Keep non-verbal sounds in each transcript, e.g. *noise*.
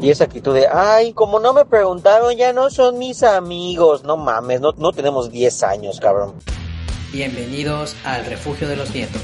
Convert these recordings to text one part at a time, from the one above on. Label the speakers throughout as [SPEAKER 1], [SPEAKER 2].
[SPEAKER 1] Y esa actitud de, ay, como no me preguntaron, ya no son mis amigos. No mames, no, no tenemos 10 años, cabrón.
[SPEAKER 2] Bienvenidos al refugio de los nietos.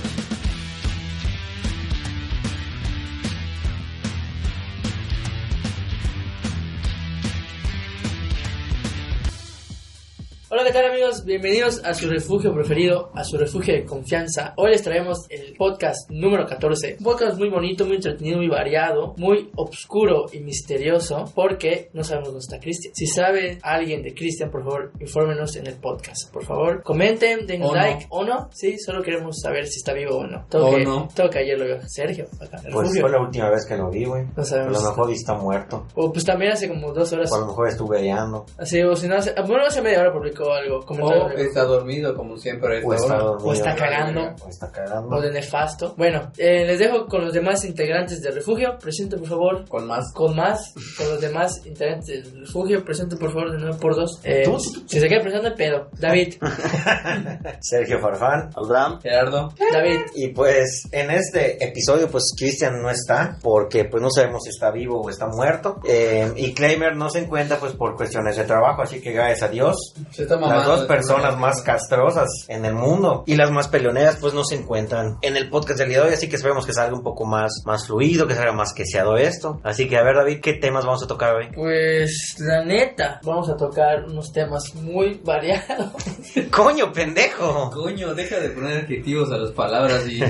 [SPEAKER 3] Hola, ¿qué tal amigos? Bienvenidos a su refugio preferido, a su refugio de confianza. Hoy les traemos el podcast número 14. Un podcast muy bonito, muy entretenido, muy variado, muy oscuro y misterioso porque no sabemos dónde está Cristian. Si sabe alguien de Cristian, por favor, infórmenos en el podcast. Por favor, comenten, den
[SPEAKER 4] O
[SPEAKER 3] like o no. Sí, solo queremos saber si está vivo o no. Tengo,
[SPEAKER 4] O
[SPEAKER 3] que,
[SPEAKER 4] no.
[SPEAKER 3] tengo que ayer lo vio Sergio. Acá, en el
[SPEAKER 5] Pues
[SPEAKER 3] refugio.
[SPEAKER 5] fue la última vez que lo vi, güey.
[SPEAKER 3] No
[SPEAKER 5] a
[SPEAKER 3] sabemos.
[SPEAKER 5] lo mejor está muerto.
[SPEAKER 3] O pues también hace como dos horas.
[SPEAKER 5] O a lo mejor estuve veando.
[SPEAKER 3] Así, o si no hace, bueno, hace media hora publicó algo. comentario.
[SPEAKER 4] O Oh, está dormido, como siempre. a esta
[SPEAKER 5] O está
[SPEAKER 4] hora.
[SPEAKER 5] dormido.
[SPEAKER 3] Pues, O está cagando.
[SPEAKER 5] O está cagando.
[SPEAKER 3] o de nefasto. Bueno, eh, les dejo con los demás integrantes del refugio. Presente, por favor.
[SPEAKER 4] Con más.
[SPEAKER 3] Con más, con los demás integrantes del refugio. Presente, por favor, de 9 por 2
[SPEAKER 5] Tú. Ah.
[SPEAKER 3] si se queda pensando, pedo. David,
[SPEAKER 5] Sergio Farfán.
[SPEAKER 6] Aldram.
[SPEAKER 4] Gerardo.
[SPEAKER 3] David.
[SPEAKER 5] Y pues en este episodio pues Christian no está porque pues no sabemos si está vivo o está muerto. Eh, y Kramer no se encuentra pues por cuestiones de trabajo, así que gracias a Dios.
[SPEAKER 4] Se está mamando.
[SPEAKER 5] Las dos
[SPEAKER 4] Está
[SPEAKER 5] personas
[SPEAKER 4] mamando.
[SPEAKER 5] más castrosas en el mundo y las más peleoneras pues no se encuentran en el podcast del día de hoy, así que esperemos que salga un poco más, más fluido, que salga más queseado esto. Así que a ver David, ¿qué temas vamos a tocar hoy?
[SPEAKER 3] Pues la neta, vamos a tocar unos temas muy variados.
[SPEAKER 5] *laughs*
[SPEAKER 3] *laughs*
[SPEAKER 5] Coño, pendejo.
[SPEAKER 4] Coño, deja de poner adjetivos a las palabras y.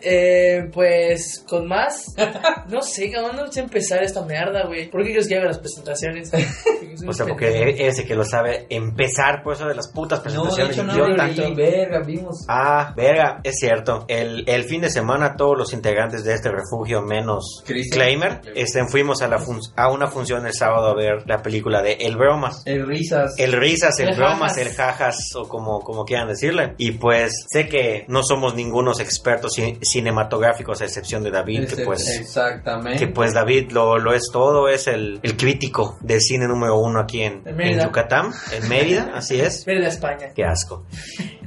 [SPEAKER 3] Eh, pues con más, no sé, ¿a dónde vamos a empezar esta mierda, güey? ¿Por qué quieres que haga
[SPEAKER 5] *laughs*
[SPEAKER 3] las presentaciones?
[SPEAKER 5] O sea, porque ese que lo sabe empezar por eso de las putas
[SPEAKER 4] no, de
[SPEAKER 5] presentaciones
[SPEAKER 4] hecho, no
[SPEAKER 5] idiota.
[SPEAKER 4] abrí, verga, vimos.
[SPEAKER 5] Ah, verga, es cierto. El, el fin de semana todos los integrantes de este refugio, menos
[SPEAKER 4] Cristian.
[SPEAKER 5] Claimer, este, fuimos a, la fun- a una función el sábado a ver la película de El Bromas.
[SPEAKER 4] El risas.
[SPEAKER 5] El risas, el
[SPEAKER 3] El
[SPEAKER 5] bromas,
[SPEAKER 3] jajas.
[SPEAKER 5] el jajas o como, como quieran decirle. Y pues sé que no somos ningunos expertos cin- cinematográficos a excepción de David,
[SPEAKER 4] Ese- ¿eh?
[SPEAKER 5] que pues, que
[SPEAKER 4] Exactamente.
[SPEAKER 5] pues David lo, lo es todo, es el, el crítico de cine número uno aquí en,
[SPEAKER 3] En Mérida.
[SPEAKER 5] en Yucatán, en Mérida, así es.
[SPEAKER 3] Ver de España.
[SPEAKER 5] Qué asco.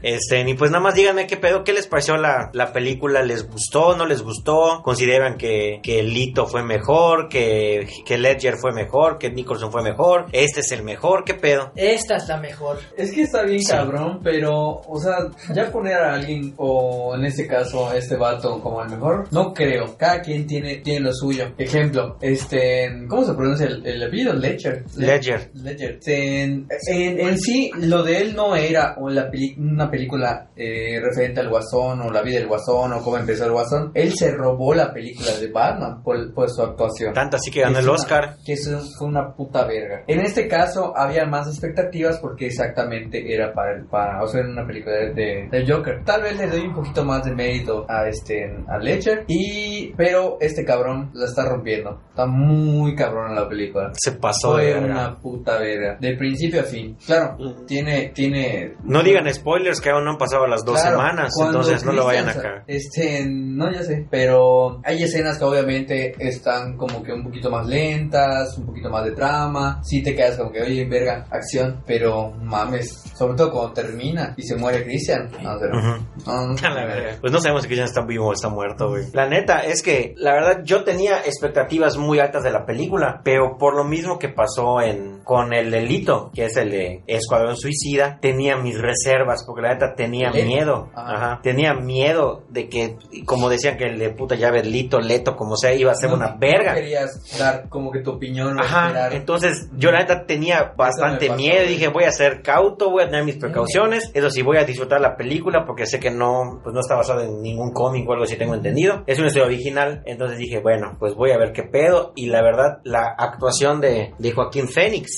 [SPEAKER 5] Este, y pues nada más díganme qué pedo, qué les pareció la, la película, les gustó, no les gustó, consideran que, que Lito fue mejor, que, que Ledger fue mejor, que Nicholson fue mejor, este es el mejor, qué pedo.
[SPEAKER 3] Esta es la mejor.
[SPEAKER 4] Es que está bien cabrón, pero, o sea, ya poner a alguien, o en este caso, a este vato como el mejor, no creo. Cada quien tiene, tiene lo suyo. Ejemplo, este, ¿cómo se pronuncia el, el apellido? Ledger.
[SPEAKER 5] Ledger.
[SPEAKER 4] Ledger. Este, En, en- en sí, lo de él no era o la peli- una película eh, referente al guasón, o la vida del guasón, o cómo empezó el guasón. Él se robó la película de Batman por, por su actuación.
[SPEAKER 5] Tanto así que ganó el
[SPEAKER 4] Es una-
[SPEAKER 5] Oscar.
[SPEAKER 4] Que eso fue una puta verga. En este caso había más expectativas porque exactamente era para, el- para o sea, era una película de, de- del Joker. Tal vez le doy un poquito más de mérito a este a Ledger y pero este cabrón la está rompiendo. Está muy cabrón la película.
[SPEAKER 5] Se pasó de
[SPEAKER 4] Fue
[SPEAKER 5] verga.
[SPEAKER 4] una puta verga. De principio a fin. Claro,
[SPEAKER 5] Ujú.
[SPEAKER 4] tiene, tiene.
[SPEAKER 5] No digan spoilers que aún no han pasado las dos
[SPEAKER 4] Claro,
[SPEAKER 5] semanas,
[SPEAKER 4] cuando
[SPEAKER 5] entonces no lo
[SPEAKER 4] Christian
[SPEAKER 5] vayan a
[SPEAKER 4] sa-
[SPEAKER 5] cagar.
[SPEAKER 4] Este, no, ya sé, pero hay escenas que obviamente están como que un poquito más lentas, un poquito más de trama. Sí te quedas como que, oye, verga, acción, pero mames, sobre todo cuando termina y se muere Christian. No, pero- *laughs*
[SPEAKER 5] Ujú.
[SPEAKER 4] no, no,
[SPEAKER 5] A la verga. Pues no sabemos si Christian está vivo o está muerto, güey. La neta es que, la verdad, yo tenía expectativas muy altas de la película, pero por lo mismo que pasó en con el delito, que es el de Escuadrón Suicida, tenía mis reservas, porque la neta tenía
[SPEAKER 4] Leto.
[SPEAKER 5] miedo.
[SPEAKER 4] Ajá.
[SPEAKER 5] Ajá. Tenía miedo de que, como decían que el de puta llave Lito, Leto, como sea, iba a ser
[SPEAKER 4] No,
[SPEAKER 5] una
[SPEAKER 4] no
[SPEAKER 5] verga.
[SPEAKER 4] querías dar como que tu opinión. o
[SPEAKER 5] Ajá, eh.
[SPEAKER 4] esperar.
[SPEAKER 5] entonces yo la neta tenía bastante
[SPEAKER 4] pasó,
[SPEAKER 5] miedo y
[SPEAKER 4] güey.
[SPEAKER 5] dije voy a ser cauto, voy a tener mis precauciones, eso sí voy a disfrutar la película porque sé que no, pues no está basado en ningún cómic o algo así tengo entendido, es una historia original, entonces dije bueno, pues voy a ver qué pedo y la verdad la actuación de, de Joaquín Fénix,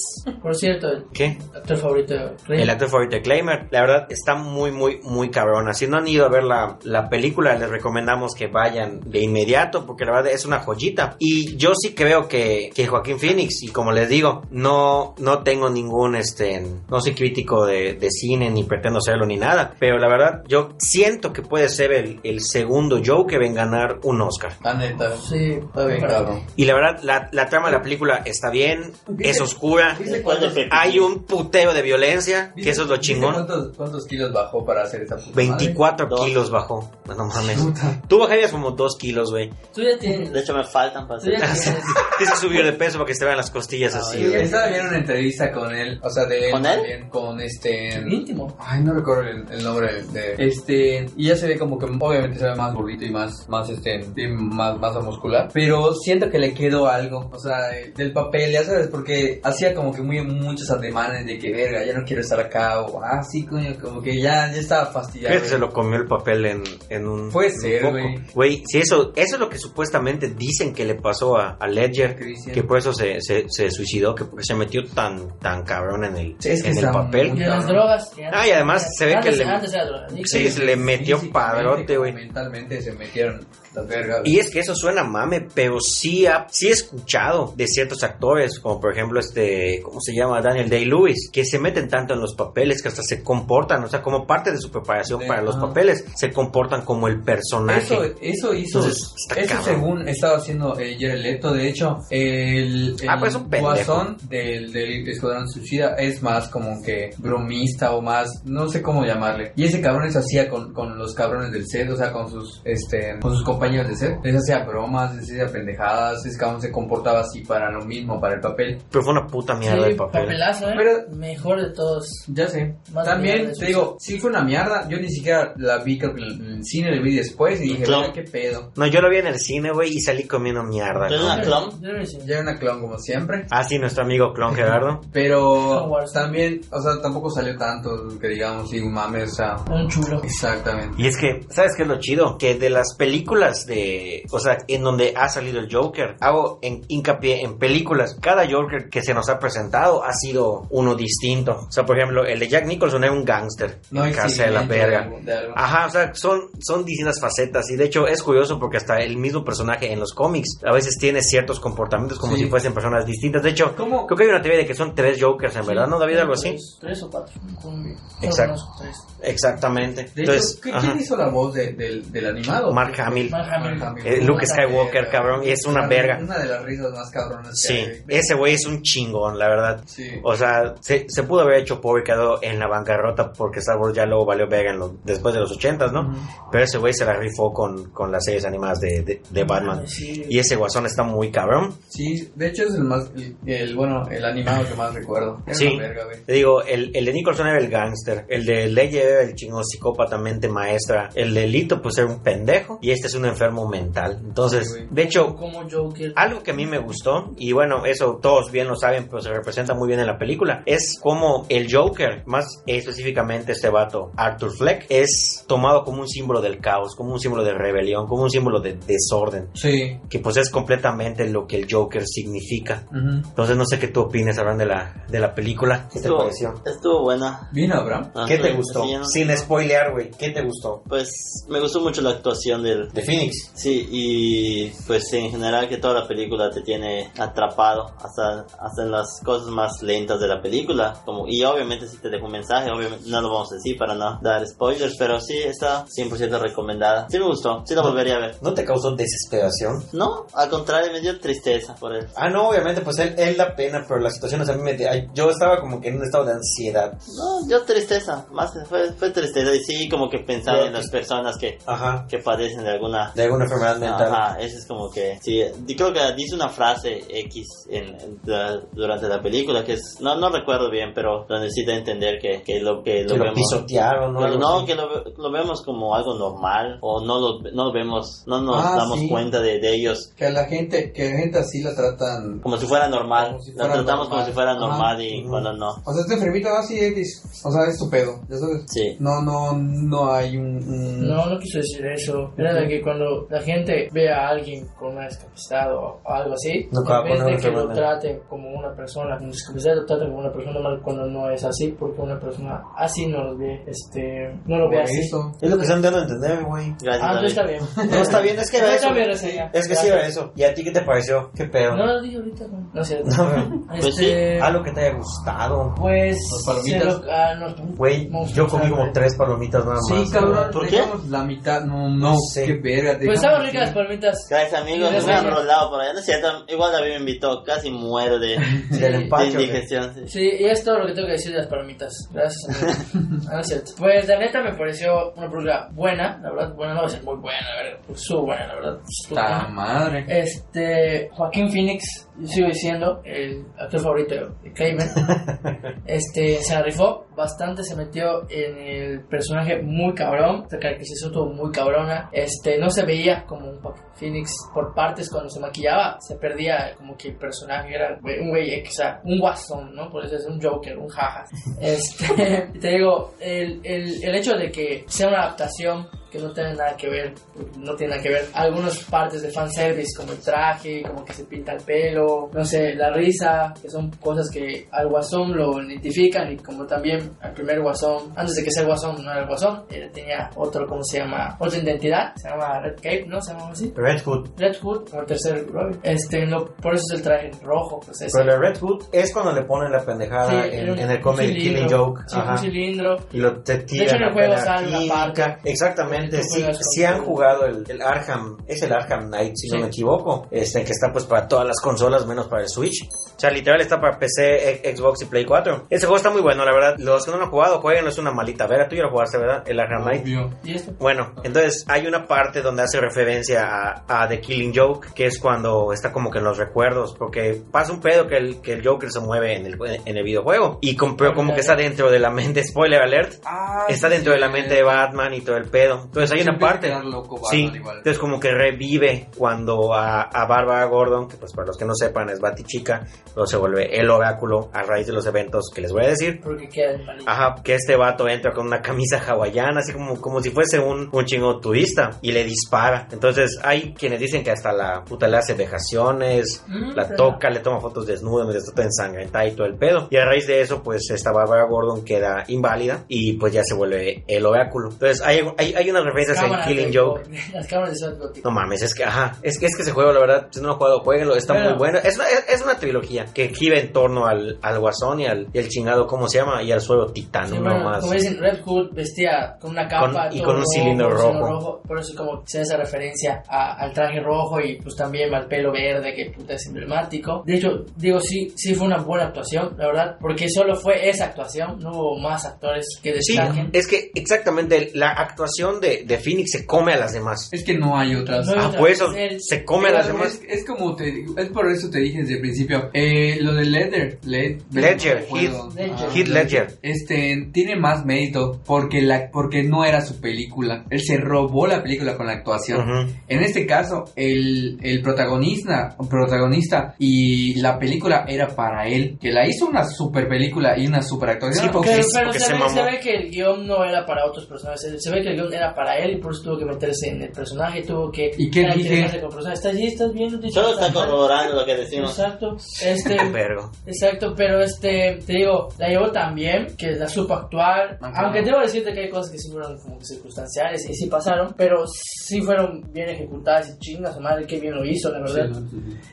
[SPEAKER 3] Por cierto, el
[SPEAKER 5] ¿qué?
[SPEAKER 3] actor favorito de Rey.
[SPEAKER 5] El actor favorito de Claimer, la verdad está muy, muy, muy cabrona. Si no han ido a ver la, la película, les recomendamos que vayan de inmediato, porque la verdad es una joyita. Y yo sí creo que, que Joaquín Phoenix, y como les digo, no, no tengo ningún, este, no soy crítico de, de cine, ni pretendo serlo, ni nada. Pero la verdad, yo siento que puede ser el, el segundo Joker en ganar un Oscar.
[SPEAKER 4] La neta.
[SPEAKER 3] Sí,
[SPEAKER 4] Está bien, cabrón.
[SPEAKER 5] Y la verdad, la, la trama de la película está bien, es oscura,
[SPEAKER 4] ¿Viste cuántos,
[SPEAKER 5] hay un puteo de violencia, que
[SPEAKER 4] viste-
[SPEAKER 5] eso es lo
[SPEAKER 4] viste
[SPEAKER 5] chingón.
[SPEAKER 4] ¿Cuántos, cuántos kilos bajó para hacer esta puta
[SPEAKER 5] 24
[SPEAKER 6] Dos.
[SPEAKER 5] kilos bajó. No, no mames.
[SPEAKER 4] Puta.
[SPEAKER 5] Tú bajarías como 2 kilos, güey.
[SPEAKER 3] Tú ya tienes.
[SPEAKER 6] De hecho, me faltan para
[SPEAKER 3] Tú ya
[SPEAKER 5] *laughs*
[SPEAKER 6] hacer.
[SPEAKER 3] tienes.
[SPEAKER 5] Tienes que subir de peso para que se te vean las costillas así.
[SPEAKER 6] Ay,
[SPEAKER 5] güey.
[SPEAKER 4] madre? Estaba viendo una entrevista con él, o sea, de él.
[SPEAKER 6] ¿Con él?
[SPEAKER 4] también, Con este.
[SPEAKER 3] íntimo.
[SPEAKER 4] Ay, no recuerdo el, el nombre del- de, este y ya se ve como que obviamente se ve más gordito y más más este y más masa muscular, pero siento que le quedó algo, o sea, eh, del papel, ya sabes, porque hacía como que muy muchos ademanes de que verga, ya no quiero estar acá o ah, sí, coño, como que ya ya estaba fastidiado.
[SPEAKER 5] Creo que se lo comió el papel en, en un.
[SPEAKER 4] Puede
[SPEAKER 5] en un
[SPEAKER 4] ser,
[SPEAKER 5] poco.
[SPEAKER 4] güey.
[SPEAKER 5] Güey, si eso, eso es lo que supuestamente dicen que le pasó a, a Ledger,
[SPEAKER 4] Que dicen.
[SPEAKER 5] que por eso se, se, se suicidó, que porque se metió tan, tan cabrón en el,
[SPEAKER 4] Sí, es que
[SPEAKER 5] en el
[SPEAKER 4] está
[SPEAKER 5] papel.
[SPEAKER 3] Y
[SPEAKER 4] muy-
[SPEAKER 3] de las drogas. que
[SPEAKER 5] Ah, y además se ve que
[SPEAKER 3] antes-
[SPEAKER 5] le-
[SPEAKER 3] Antes era droga. ¿sí?
[SPEAKER 5] Sí, se le metió
[SPEAKER 4] Físicamente,
[SPEAKER 5] padrote, güey.
[SPEAKER 4] Mentalmente se metieron las vergas.
[SPEAKER 5] Y es que eso suena mame, pero sí, ha- sí he escuchado de ciertos actores, como por ejemplo este, ¿cómo se llama? Daniel Day-Lewis, que se meten tanto en los papeles que hasta se comportan, o sea, como parte de su preparación
[SPEAKER 4] Sí,
[SPEAKER 5] para los
[SPEAKER 4] ajá.
[SPEAKER 5] papeles, se comportan como el personaje.
[SPEAKER 4] Eso, eso hizo.
[SPEAKER 5] Entonces, está
[SPEAKER 4] eso
[SPEAKER 5] cabrón.
[SPEAKER 4] según estaba haciendo eh, Jared Leto. De hecho, el, el
[SPEAKER 5] Ah, pues es un pendejo.
[SPEAKER 4] guasón del, del Escuadrón Suicida es más como que bromista o más. No sé cómo llamarle. Y ese cabrón les hacía con, con los cabrones del set, o sea, con sus este con sus compañeros de set. Les hacía bromas, les hacía pendejadas. Ese cabrón se comportaba así para lo mismo, para el papel.
[SPEAKER 5] Pero fue una puta
[SPEAKER 3] Sí,
[SPEAKER 5] mierda de papel.
[SPEAKER 3] papelazo, ¿eh?
[SPEAKER 4] Pero-
[SPEAKER 3] Mejor de todos.
[SPEAKER 4] Ya sé.
[SPEAKER 3] Más
[SPEAKER 4] También
[SPEAKER 3] mierda,
[SPEAKER 4] te
[SPEAKER 3] sí.
[SPEAKER 4] digo, sí fue una mierda. Yo ni siquiera la vi, creo que en el cine la vi después y dije,
[SPEAKER 6] Claro.
[SPEAKER 4] "Mira, qué pedo.
[SPEAKER 5] No, yo lo vi en el cine, güey, y salí comiendo mierda.
[SPEAKER 6] Pero
[SPEAKER 5] ¿no?
[SPEAKER 6] una- ¿Clon?
[SPEAKER 3] Yo no me sé.
[SPEAKER 4] Ya era una clon como siempre.
[SPEAKER 5] Ah, sí, nuestro amigo
[SPEAKER 4] *laughs*
[SPEAKER 5] clon Gerardo.
[SPEAKER 4] Pero
[SPEAKER 3] Hogwarts.
[SPEAKER 4] también, o sea, tampoco salió tanto que digamos, sí, mames, o sea,
[SPEAKER 3] Un chulo.
[SPEAKER 4] exactamente.
[SPEAKER 5] Y es que, ¿sabes qué es lo chido? Que de las películas de, o sea, en donde ha salido el Joker, hago en, hincapié en películas, cada Joker que se nos ha presentado ha sido uno distinto. O sea, por ejemplo, el de Jack Nicholson era un gángster, no en
[SPEAKER 4] hay
[SPEAKER 5] casa de la
[SPEAKER 4] seguimiento de
[SPEAKER 5] verga. Ah,
[SPEAKER 4] algo- de algo.
[SPEAKER 5] Ajá, o sea, son, son distintas facetas y de hecho es curioso porque hasta el mismo personaje en los cómics a veces tiene ciertos comportamientos como
[SPEAKER 4] Sí.
[SPEAKER 5] si fuesen personas distintas. De hecho,
[SPEAKER 4] ¿Cómo?
[SPEAKER 5] creo que hay una teoría de que son tres Jokers, en verdad, ¿no, David? Algo así.
[SPEAKER 3] Tres, tres o cuatro. Con-
[SPEAKER 5] Exacto.
[SPEAKER 3] solo conozco tres.
[SPEAKER 5] Exactamente.
[SPEAKER 4] De
[SPEAKER 5] Entonces,
[SPEAKER 4] hecho, ¿qué-
[SPEAKER 5] ajá.
[SPEAKER 4] ¿quién hizo la voz de- del, del animado?
[SPEAKER 5] Mark Hamill.
[SPEAKER 3] Mark Hamill.
[SPEAKER 5] Eh, Luke Skywalker, cabrón, y es una verga.
[SPEAKER 4] Una de las risas más cabronas que
[SPEAKER 5] Sí,
[SPEAKER 4] hay.
[SPEAKER 5] ese güey es un chingón, la verdad.
[SPEAKER 4] Sí.
[SPEAKER 5] O sea, se, se pudo haber hecho pobre y quedado en la bancarrota porque Star Wars ya luego valió verga en lo- después de los 80s, ¿no? Pero ese güey se la rifó con, con las series animadas de, de- de Batman.
[SPEAKER 3] Sí.
[SPEAKER 5] Y ese guasón está muy cabrón.
[SPEAKER 4] Sí, de hecho es el más, el, el, bueno, el animado que más recuerdo. Era
[SPEAKER 5] Sí.
[SPEAKER 4] una verga, güey.
[SPEAKER 5] Te digo, el, el de Nicholson era el gángster, el de Leye era el chingón psicópata mente maestra, el de Lito pues era un pendejo y este es un enfermo mental. Entonces,
[SPEAKER 4] Sí, güey.
[SPEAKER 5] de hecho,
[SPEAKER 3] Como Joker.
[SPEAKER 5] Algo que a mí me gustó, y bueno, eso todos bien lo saben, pero se representa muy bien en la película, es como el Joker, más específicamente este vato, Arthur Fleck, es tomado como un símbolo del caos, como un símbolo de rebelión, como un símbolo de desorden,
[SPEAKER 4] Sí.
[SPEAKER 5] que pues es completamente lo que el Joker significa.
[SPEAKER 4] Ujú.
[SPEAKER 5] Entonces no sé qué tú opines, Abraham, de la, de la película. ¿Qué te
[SPEAKER 6] Estuvo-
[SPEAKER 5] pareció?
[SPEAKER 6] Estuvo buena.
[SPEAKER 4] Vino Abraham.
[SPEAKER 6] Ah,
[SPEAKER 5] ¿Qué
[SPEAKER 6] sí,
[SPEAKER 5] te gustó?
[SPEAKER 6] sí, ya no-
[SPEAKER 5] Sin spoilear, güey, ¿qué te gustó?
[SPEAKER 6] Pues me gustó mucho la actuación del.
[SPEAKER 5] De Phoenix.
[SPEAKER 6] Sí, y pues en general que toda la película te tiene atrapado, hasta, hasta en las cosas más lentas de la película. Como, y obviamente si te dejo un mensaje, obviamente no lo vamos a decir para no dar spoilers, pero sí está 100% recomendada. Sí me gustó, sí la volvería a ver.
[SPEAKER 5] ¿No te causó desesperación?
[SPEAKER 6] No, al contrario, me dio tristeza por él.
[SPEAKER 5] Ah, no, obviamente, pues él, él da pena, pero la situación, o sea, a mí me... ay, Yo estaba como que en un estado de ansiedad.
[SPEAKER 6] No, dio tristeza, más que- fue, fue tristeza y sí como que pensar en las personas que,
[SPEAKER 5] Ajá.
[SPEAKER 6] que padecen de alguna...
[SPEAKER 5] De alguna enfermedad mental.
[SPEAKER 6] Ajá, eso es como que... Sí, di- creo que dice una frase X en, en- du- durante la película que es... No, no recuerdo bien, pero lo necesita entender que, que lo que lo
[SPEAKER 5] Que lo
[SPEAKER 6] vemos...
[SPEAKER 5] pisotearon, ¿no?
[SPEAKER 6] No,
[SPEAKER 5] Algo
[SPEAKER 6] no,
[SPEAKER 5] así.
[SPEAKER 6] que lo, ve- lo vemos como algo normal o no lo, no lo vemos, no nos
[SPEAKER 4] Ah,
[SPEAKER 6] damos
[SPEAKER 4] sí.
[SPEAKER 6] cuenta de, de ellos
[SPEAKER 4] Que a la gente, que a la gente así la tratan
[SPEAKER 6] como si fuera normal.
[SPEAKER 4] Como si
[SPEAKER 6] Lo
[SPEAKER 4] fuera
[SPEAKER 6] tratamos como
[SPEAKER 4] normal.
[SPEAKER 6] si fuera
[SPEAKER 4] Ajá.
[SPEAKER 6] normal y
[SPEAKER 5] Ujú.
[SPEAKER 6] cuando no.
[SPEAKER 4] O sea, este enfermito así X. O sea, es tu pedo. Ya sabes.
[SPEAKER 6] Sí.
[SPEAKER 4] No, no, no hay un. un-
[SPEAKER 3] No, no quiso decir eso. Era de que cuando la gente ve a alguien con una discapacidad o, o algo así,
[SPEAKER 5] Lo que va a
[SPEAKER 3] en vez
[SPEAKER 5] poner
[SPEAKER 3] de que lo
[SPEAKER 5] enfermedad.
[SPEAKER 3] traten como una persona con discapacidad, lo traten como una persona mal cuando no es así, porque una persona así no, los vi. Este, no lo veas.
[SPEAKER 4] Eso.
[SPEAKER 5] Es lo que están dando a entender, güey.
[SPEAKER 6] Gracias,
[SPEAKER 3] Ah, no
[SPEAKER 6] David.
[SPEAKER 3] está bien.
[SPEAKER 5] *laughs* No está bien, es que
[SPEAKER 3] No
[SPEAKER 5] era
[SPEAKER 3] está
[SPEAKER 5] eso.
[SPEAKER 3] bien, reseña.
[SPEAKER 5] Es que sí eh.
[SPEAKER 3] Gracias.
[SPEAKER 5] era eso. ¿Y a ti qué te pareció? ¿Qué pedo?
[SPEAKER 3] No lo dije ahorita, no. No es cierto.
[SPEAKER 6] Pues sí,
[SPEAKER 3] Este,
[SPEAKER 5] Algo que te haya gustado.
[SPEAKER 3] pues.
[SPEAKER 4] Las palomitas.
[SPEAKER 3] se lo- ah, no,
[SPEAKER 5] Güey,
[SPEAKER 3] monstruos,
[SPEAKER 5] yo comí
[SPEAKER 3] ah,
[SPEAKER 5] como
[SPEAKER 3] güey.
[SPEAKER 5] tres palomitas nada
[SPEAKER 4] Sí,
[SPEAKER 5] más.
[SPEAKER 4] cabrón,
[SPEAKER 6] ¿Por qué?
[SPEAKER 4] dejamos la mitad. No, no,
[SPEAKER 5] No sé.
[SPEAKER 4] qué verga.
[SPEAKER 3] Pues
[SPEAKER 4] dejamos-
[SPEAKER 3] estaban ricas las palomitas.
[SPEAKER 6] Gracias amigos,
[SPEAKER 3] Gracias,
[SPEAKER 6] me han
[SPEAKER 3] señor.
[SPEAKER 6] rolado por allá. No es cierto, igual David me invitó, casi muero de, de
[SPEAKER 5] Del empacho. güey.
[SPEAKER 6] indigestión. sí.
[SPEAKER 3] Sí, y es todo lo que tengo que decir de las palomitas. Gracias, amigo. Ah, no es cierto. Pues la neta me pareció una película buena, la verdad, buena, no va a ser muy buena, la verdad, pues, estuvo buena, la verdad. estuvo
[SPEAKER 4] Puta
[SPEAKER 3] buena.
[SPEAKER 4] madre.
[SPEAKER 3] Este, Joaquín Phoenix, yo sigo diciendo, el actor favorito de Kramer, este, se la rifó bastante, se metió en el personaje muy cabrón, la caracterización estuvo muy cabrona, este, no se veía como un Joaquín Phoenix por partes cuando se maquillaba, se perdía como que el personaje era güey- un güey X, o sea, un guasón, ¿no? Por eso es un Joker, un jaja. Este, *laughs* te digo, el, el, el hecho de que sea una adaptación que no tiene nada que ver, no tiene nada que ver. Algunas partes de fanservice, como el traje, como que se pinta el pelo, no sé, la risa, que son cosas que al guasón lo identifican y como también al primer guasón, antes de que sea el guasón, no era el guasón, él tenía otro, ¿cómo se llama? Otra identidad, se llama Red Cape, ¿no? Se llama así.
[SPEAKER 5] Red Hood.
[SPEAKER 3] Red Hood, como el tercer Robin. Este, no, por eso es el traje rojo, pues ese.
[SPEAKER 5] Pero la Red Hood es cuando le ponen la pendejada
[SPEAKER 3] Sí,
[SPEAKER 5] en,
[SPEAKER 3] era un-
[SPEAKER 5] en el
[SPEAKER 3] un
[SPEAKER 5] comedy
[SPEAKER 3] cilindro.
[SPEAKER 5] Killing Joke.
[SPEAKER 3] Sí, un
[SPEAKER 5] Ajá.
[SPEAKER 3] cilindro.
[SPEAKER 5] Y lo te tiran
[SPEAKER 3] hecho, en el
[SPEAKER 5] la
[SPEAKER 3] juego
[SPEAKER 5] pena
[SPEAKER 3] sale una
[SPEAKER 5] química.
[SPEAKER 3] parte.
[SPEAKER 5] Exactamente,
[SPEAKER 3] Tú
[SPEAKER 5] sí,
[SPEAKER 3] juegas con-
[SPEAKER 5] sí han jugado el, el Arkham, es el Arkham Knight, si
[SPEAKER 3] Sí.
[SPEAKER 5] no me equivoco, este, que está pues para todas las consolas menos para el Switch. O sea, literal está para PC, e- Xbox y Play 4. Ese juego está muy bueno, la verdad. Los que no lo han jugado, jueguen, es una malita. Vera, tú ya lo jugaste, ¿verdad? El Arkham Knight.
[SPEAKER 4] Obvio.
[SPEAKER 3] ¿Y esto?
[SPEAKER 5] Bueno, entonces hay una parte donde hace referencia a, a The Killing Joke, que es cuando está como que en los recuerdos, porque pasa un pedo que el, que el Joker se mueve en el, en el videojuego y com-
[SPEAKER 3] Ah,
[SPEAKER 5] pero como que está dentro de la mente, *laughs* spoiler alert,
[SPEAKER 4] Ah,
[SPEAKER 5] está
[SPEAKER 4] sí,
[SPEAKER 5] dentro de la
[SPEAKER 4] sí,
[SPEAKER 5] mente
[SPEAKER 4] sí.
[SPEAKER 5] de Batman y todo el pedo. Entonces hay una
[SPEAKER 4] Siempre
[SPEAKER 5] parte...
[SPEAKER 4] quedar loco, Batman,
[SPEAKER 5] Sí,
[SPEAKER 4] igual.
[SPEAKER 5] entonces como que revive cuando a, a Bárbara Gordon, que pues para los que no sepan es Batichica, luego se vuelve el oráculo a raíz de los eventos que les voy a decir.
[SPEAKER 3] Porque queda el palito.
[SPEAKER 5] Ajá, que este vato entra con una camisa hawaiana, así como, como si fuese un, un chingo turista, y le dispara. Entonces, hay quienes dicen que hasta la puta le hace vejaciones,
[SPEAKER 3] Mm,
[SPEAKER 5] la
[SPEAKER 3] pero-
[SPEAKER 5] toca, le toma fotos desnuda, mientras está ensangrentada y todo el pedo. Y a raíz de eso, pues esta Bárbara Gordon queda inválida y pues ya se vuelve el oráculo. Entonces, hay, hay, hay unas referencias en
[SPEAKER 3] Cámaras
[SPEAKER 5] Killing
[SPEAKER 3] de-
[SPEAKER 5] Joke.
[SPEAKER 3] Las cámaras de South Gothic.
[SPEAKER 5] No mames, es que, ajá, es que es que ese juego, la verdad, si no lo han jugado, jueguenlo, está
[SPEAKER 3] Pero-
[SPEAKER 5] muy bueno. Es una, es, es una trilogía que gira en torno al, al guasón y al, y al chingado, ¿cómo se llama? Y al suelo titán,
[SPEAKER 3] Sí,
[SPEAKER 5] no
[SPEAKER 3] bueno,
[SPEAKER 5] más.
[SPEAKER 3] Como dicen, Red Hood vestía con una capa
[SPEAKER 5] Con- y
[SPEAKER 3] todo
[SPEAKER 5] con un cilindro rojo.
[SPEAKER 3] Por eso, como se hace referencia a- al traje rojo y pues también al pelo verde, que puta es emblemático. De hecho, digo, sí, sí fue una buena actuación, la verdad, porque solo fue esa actuación, no hubo más actores que
[SPEAKER 5] Sí, eh,
[SPEAKER 3] destaquen.
[SPEAKER 5] es que exactamente la actuación de, de Phoenix se come a las demás.
[SPEAKER 4] Es que no hay otras.
[SPEAKER 3] No hay
[SPEAKER 5] Ah,
[SPEAKER 3] otra.
[SPEAKER 5] pues eso,
[SPEAKER 3] El-
[SPEAKER 5] se come a las
[SPEAKER 4] Claro,
[SPEAKER 5] demás.
[SPEAKER 4] es, es como te digo, es por eso te dije desde el principio. Eh, lo de Ledger, Led-
[SPEAKER 5] Ledger,
[SPEAKER 4] no recuerdo.
[SPEAKER 3] Heath- Ledger.
[SPEAKER 5] Heath Ledger.
[SPEAKER 4] Este tiene más mérito porque la porque no era su película. Él se robó la película con la actuación.
[SPEAKER 5] Ujú.
[SPEAKER 4] En este caso, el, el protagonista, protagonista y la película era para él, que la hizo una super película y una super actuación.
[SPEAKER 5] Sí, porque-
[SPEAKER 3] Pero,
[SPEAKER 5] es
[SPEAKER 3] pero
[SPEAKER 5] porque
[SPEAKER 3] se,
[SPEAKER 5] se
[SPEAKER 3] ve,
[SPEAKER 5] mamó.
[SPEAKER 3] se ve que el guión no era para otros personajes, se, se ve que el guión era para él y por eso tuvo que meterse en el personaje, tuvo que
[SPEAKER 4] ¿Y qué
[SPEAKER 3] caracterizarse
[SPEAKER 4] dije?
[SPEAKER 3] como personaje. ¿Estás allí? ¿Estás viendo?
[SPEAKER 6] Solo está corroborando lo que decimos.
[SPEAKER 3] Exacto. Este,
[SPEAKER 5] Vergo.
[SPEAKER 3] Exacto, pero este, te digo, la llevó tan bien que la supo actuar.
[SPEAKER 4] Ajá.
[SPEAKER 3] Aunque debo decirte que hay cosas que sí fueron como que circunstanciales y sí pasaron, pero sí fueron bien ejecutadas y chingas, su madre, qué bien lo hizo, la verdad.